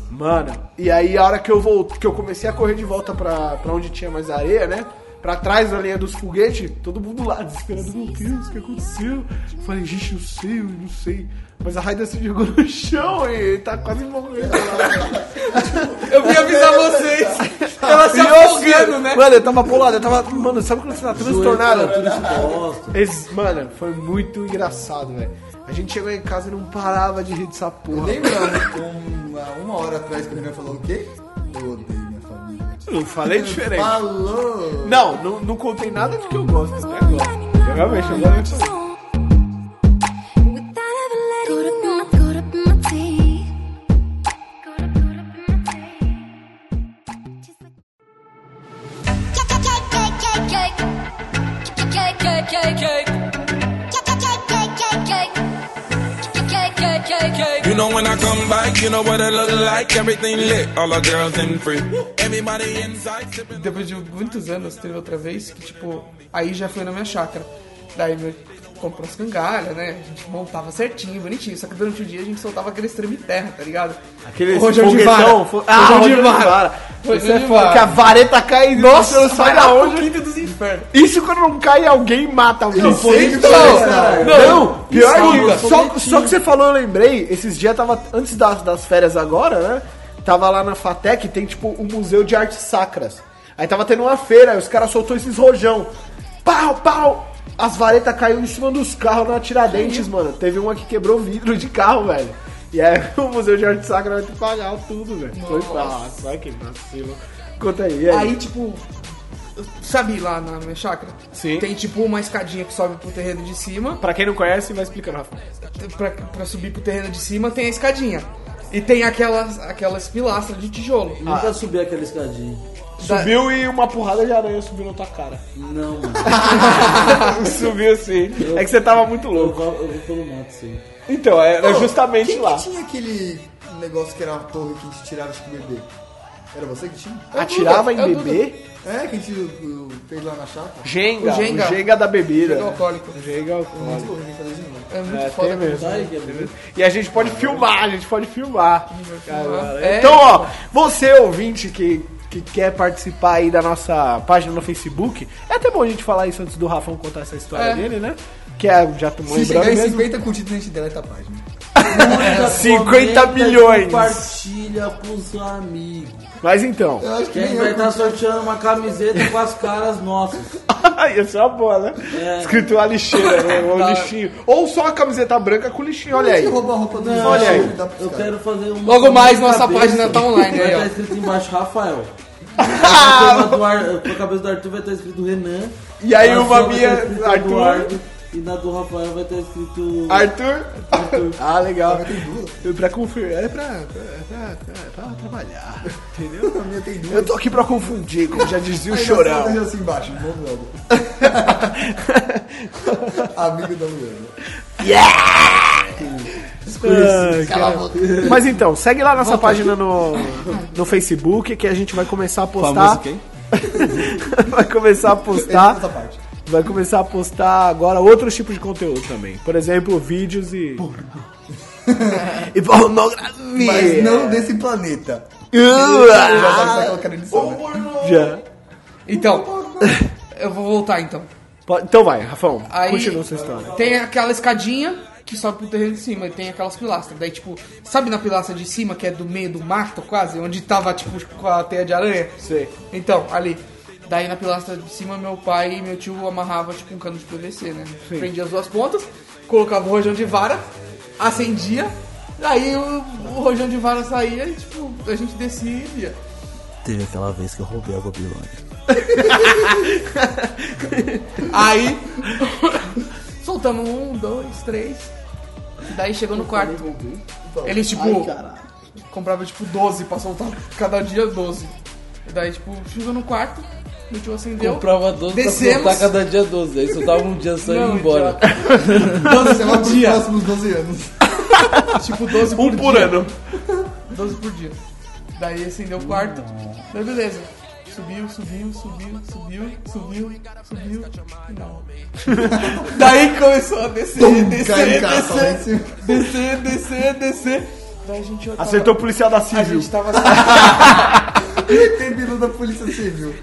Mano, e aí a hora que eu voltei, que eu comecei a correr de volta pra, pra onde tinha mais areia, né? Pra trás da linha dos foguetes, todo mundo lá desesperado, meu Deus, o que aconteceu? Eu falei, gente, eu sei, eu não sei. Mas a Raida se jogou no chão e tá quase morrendo lá. né? Eu vim avisar vocês. Ela se afogando, né? Mano, eu tava bolado, eu tava. Mano, sabe quando você tá transtornado? Transtornado. Esse- mano, foi muito engraçado, velho. A gente chegou em casa e não parava de rir dessa porra. Lembra uma, uma hora atrás que a menina falou o quê? Eu odeio minha família. Eu falei diferente. Falou! Não, não, não contei nada do que eu gosto até agora. Realmente, agora eu te You know when I come back, you know what it look like. Everything lit, all the girls in free. Everybody inside sipping. Depois de muitos anos, teve outra vez que, tipo, aí já foi na minha chácara. Daí meu, comprou as cangalhas, né? A gente montava certinho, bonitinho. Só que durante o dia a gente soltava aquele extreme terra, tá ligado? Aquele Rojão de vara. fo- Ah, Rojão rojão de de vara. vara. Rojão Isso é de foda, vara. que a vareta cai e nossa, não sai da lá pro onde. quinto dos infernos. Isso quando não cai alguém mata alguém. Não, Não, Não, pior Escuta. que só, só que você falou, eu lembrei, esses dias tava antes das, das férias agora, né? Tava lá na Fatec, tem tipo um museu de artes sacras. Aí tava tendo uma feira, aí os caras soltou esses rojão. Pau, pau! As varetas caiu em cima dos carros na Tiradentes, mano. Teve uma que quebrou vidro de carro, velho. E aí o Museu de Arte Sacra vai ter que pagar tudo, velho. Foi fácil, ai que vacilo. Conta aí, e aí. Aí, tipo, sabe lá na minha chácara? Sim. Tem, tipo, uma escadinha que sobe pro terreno de cima. Pra quem não conhece, vai explicando, Rafa. pra, pra subir pro terreno de cima tem a escadinha. E tem aquelas, aquelas pilastras de tijolo. Ah, Nunca subi aquela escadinha. Da- Subiu e uma porrada de aranha subiu na tua cara. Não, mano. Tá Subiu sim. É que você tava muito Eu louco. vou, eu vou pelo mato, sim. Então, É era justamente Quem lá. que tinha aquele negócio que era uma torre que a gente tirava de bebê? Era você que tinha? Atirava É o em Duda. bebê? É, que a gente uh, fez lá na chácara. Jenga. O Jenga. O Jenga da bebida. Chega o alcoólico. Jenga alcoólico. Porra, a gente fazia de novo. É muito É, foda tem mesmo. Ai, que absurdo. E a gente pode filmar, a gente pode filmar. Caralho. É. Então, ó, você ouvinte que, que quer participar aí da nossa página no Facebook, é até bom a gente falar isso antes do Rafão contar essa história É. dele, né? Que é, já tomou Se chegar lembrando em mesmo. 50 curtidas, a gente deleta a página. 50 É, Comenta e milhões. Compartilha com os amigos. Mas então, Eu acho que Que a nem gente vai eu. estar sorteando uma camiseta com as caras nossas. isso é uma boa, né? É. Escrito a lixeira, né? Ou Tá. lixinho. Ou só a camiseta branca com lixinho, olha aí. Se roubar a roupa do olha aí. dá Tá pros Eu caras. quero fazer um. Logo mais uma nossa cabeça. página tá online Vai aí, estar ó. escrito embaixo Rafael. A cama do Ar- a cabeça do Arthur vai estar escrito Renan. E aí Na uma sua vai minha, estar escrito Arthur. Eduardo, E na do Rafael vai estar escrito. Arthur. Ah, legal. Tem duas. Eu- Pra conferir, é pra, é pra, é pra trabalhar, entendeu? A minha tem duas. Eu tô aqui pra confundir, como já dizia o Aí, chorão. nossa, assim embaixo, vamos logo. Amigo da né? Luana. Ai, cara. Mas então, segue lá nossa página no, no Facebook que a gente vai começar a postar. vai começar a postar. Essa é parte. Vai começar a postar agora outros tipos de conteúdo também. Por exemplo, vídeos e. e pornografia. Mas não desse planeta. Eu já Ua! tava colocando ele só, né? Já. Então, eu vou voltar então. Po- Então vai, Rafão, Aí continua sua história. tem aquela escadinha que sobe pro terreno de cima e tem aquelas pilastras. Daí, tipo, sabe na pilastra de cima, que é do meio do mato quase, onde tava, tipo, com a teia de aranha? Sei. Então, ali. Daí na pilastra de cima, meu pai e meu tio amarrava, tipo, um cano de PVC, né? Prendia as duas pontas, colocava o rojão de vara, acendia, aí o, o rojão de vara saía e, tipo, a gente descia e ia. Teve aquela vez que eu roubei a Babilônia. Aí soltamos um, dois, três. Daí chegou no quarto. Eles tipo comprava tipo 12 pra soltar cada dia 12. Daí tipo chegou no quarto, meu tio acendeu. Comprava 12 Descemos. pra soltar cada dia 12. Aí soltava um dia só e ia Não, embora. é Você vai pros próximos 12 anos. Tipo 12 por Um por dia. ano. 12 por dia. assim, Daí acendeu o quarto. Daí beleza. subiu, subiu, subiu, subiu, subiu, subiu. Não. Daí começou a descer, Tum, cai descer, em casa, lá em descer, cima. descer, descer, descer. Daí a gente eu tava- Acertou o policial da A Civil. gente tava Terminou da Polícia Civil.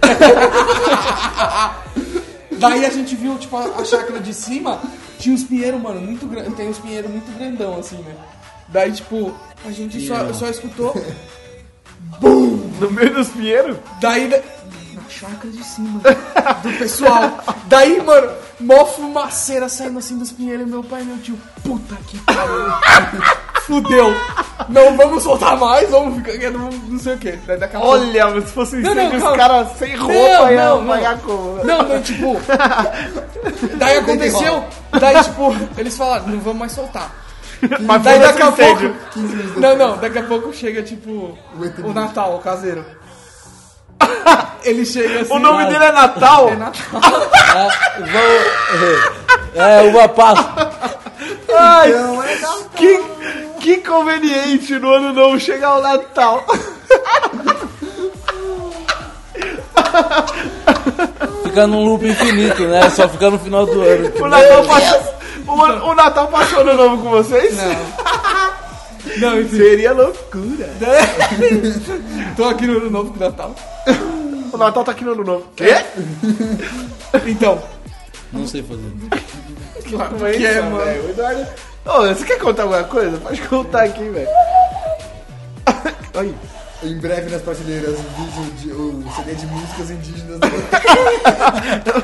Daí a gente viu, tipo, a, a chácara de cima tinha uns pinheiros, mano, muito grande. Tem uns pinheiros muito grandão, assim, né? Daí, tipo, a gente só, só escutou. No meio dos pinheiros? Daí. da- Na chácara de cima do pessoal. Daí, mano, mó fumaceira saindo assim dos pinheiros. Meu pai e meu tio, puta que pariu. Fudeu. Não vamos soltar mais, vamos ficar quieto, vamos não sei o que. Daí daquela Olha, mas se fosse um Não, não, incêndio, os calma. caras sem roupa Não, iam não, não. pagar como? Não, não, tipo. Daí aconteceu. Daí, tipo, eles falaram, não vamos mais soltar. Mas Daí foda-se daqui a incêndio. pouco. Não, não, daqui a pouco chega, tipo, o Natal, o caseiro. Ele chega assim. O nome mano, dele é Natal? é Natal. É, uva passa. Ai, é que, que conveniente no ano novo chegar o Natal. Fica num loop infinito, né? Só fica no final do ano. O Natal passou, o, ano- o Natal passou no novo com vocês? Não, enfim. Seria loucura. Tô aqui no ano novo do Natal. O Natal tá aqui no ano novo. Então, Não sei fazer. o que é, mano? O Eduardo... Ô, você quer contar alguma coisa? Pode contar aqui, velho. Em breve nas prateleiras o vídeo de o CD de músicas indígenas.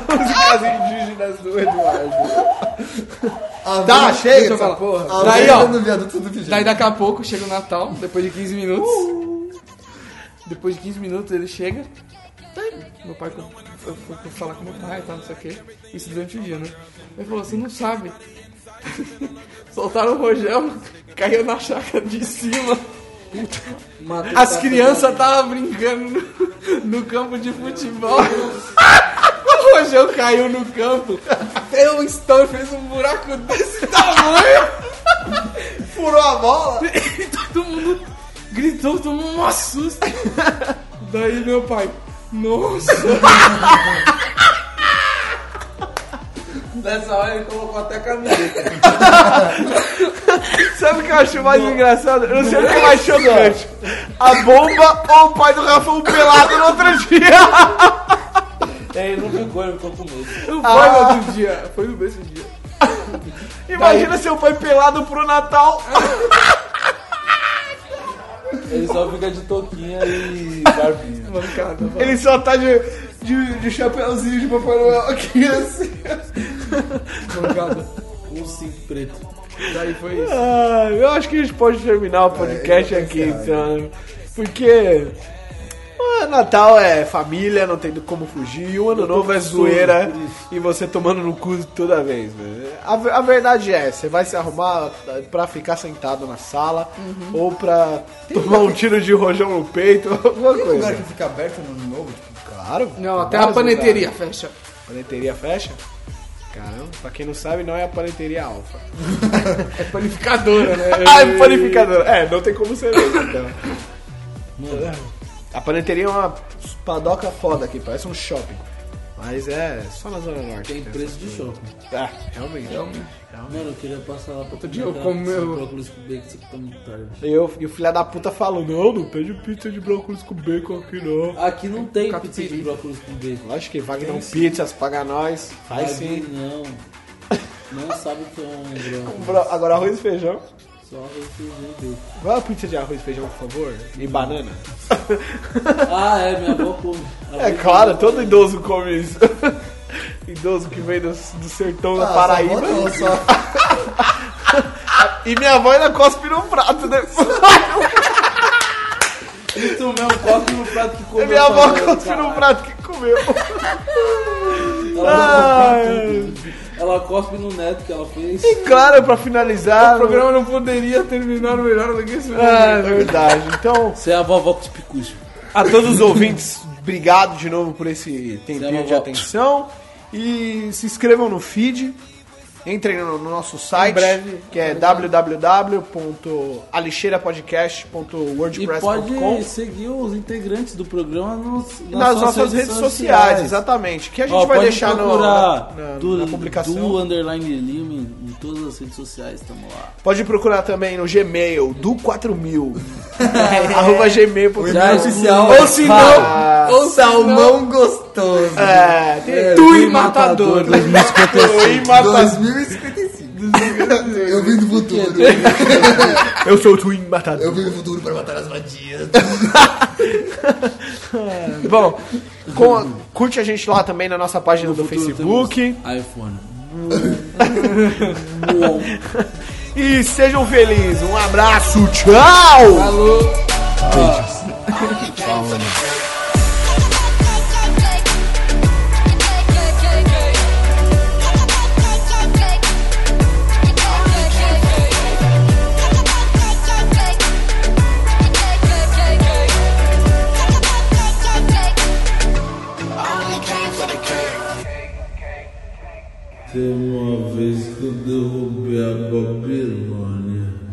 Músicas indígenas do Eduardo. Ah, Tá, vamos- chega deixa eu dessa falar. porra. A Tá Daí, lenda ó. do viaduto do Vigília. Daí daqui a pouco chega o Natal, depois de 15 minutos. Depois de 15 minutos ele chega. Daí Meu pai, eu, eu fui falar com meu pai e tal, não sei o que. Isso durante o dia, né? Ele falou, você não sabe. Soltaram o rojão, caiu na chácara de cima. As crianças estavam brincando no, no campo de futebol. O rojão caiu no campo. Deu um estouro, fez um buraco desse tamanho. Furou a bola? todo mundo gritou, tomou um susto. Daí meu pai, nossa! Dessa hora ele colocou até a camiseta. Sabe o que eu acho mais engraçado? Eu não sei o que é mais chocante. A bomba ou o pai do Rafael pelado no outro dia. É, ele não ficou, ele ficou com medo. Não foi Ah. no outro dia, foi no mesmo dia. Imagina seu pai pelado pro Natal. Ele só fica de touquinha e barbinha. Mancada, mano. Ele só tá de, de, de chapéuzinho de Papai Noel aqui assim. Mancada. Um cinco preto. Daí foi isso. Ah, eu acho que a gente pode terminar o podcast aqui, então. Porque. ah, Natal é família, não tem do como fugir. E o ano novo é zoeira e você tomando no cu toda vez, velho. A, ver- a verdade é, você vai se arrumar pra ficar sentado na sala ou pra tomar um tiro de rojão no peito, alguma Tem lugar que coisa. fica aberto no ano novo, tipo, Claro. Não, até a paneteria fecha. Paneteria fecha? Caramba, pra quem não sabe, não é a paneteria alfa. É panificadora, né? Ah, panificadora. É, não tem como ser mesmo, então. A paneteria é uma padoca foda aqui, parece um shopping. Mas é só na Zona Norte. Tem né? preço de show. Ah, realmente. Mano, eu queria passar lá pra Outro dia eu comi o- Brócolis com bacon, isso aqui tá muito tarde. E, eu, e o filho da puta falou, não, não pede pizza de brócolis com bacon aqui não. Aqui não tem Catupiry. pizza de brócolis com bacon. Lógico que Wagner um Pizzas paga nós. Faz Aí sim. Não. Não sabe o que é um brócolis. Bro- Agora arroz e feijão. Só refrigerante e bacon. Qual é a pizza de arroz e feijão, por favor? E banana. Ah, é, minha avó come. É claro, todo idoso come isso. idoso que vem do, do sertão da ah, Paraíba. só bota só. E minha avó ainda cospe no prato, né? Ele tomou um copo no prato que É, comeu. minha avó também, cospe no caralho. prato que comeu. Ela, Ah! ela cospe no neto que ela fez. E claro, pra finalizar. O programa não poderia terminar melhor do que esse Ah, é verdade. Então, Você é a vovó cuspicujo. a todos os ouvintes, obrigado de novo por esse tempinho de volta. atenção. E se inscrevam no feed. Entrem no, no nosso site, breve. que é E www.alixeirapodcast.wordpress.com pode seguir os integrantes do programa nos- e nas nossas redes sociais, exatamente. Que a gente Ó, vai pode deixar no, na, procurar na- do, na publicação. do underline Lima em em todas as redes sociais, tamo lá. Pode procurar também no Gmail, do 4000. arroba gmail.com. é Já é. oficial. exclui- Ou se não, Ah. ou salmão gostoso. É, tem É, tu e Fui matador. matador 2055. Tu e matador. 2055. Eu vim do futuro. Eu sou o Twin Matador. Eu vim do futuro para matar as vadias. Bom, com- curte a gente lá também na nossa página do Facebook. iPhone. E sejam felizes. Um abraço, tchau! Tem uma vez que eu derrubei a Babilônia.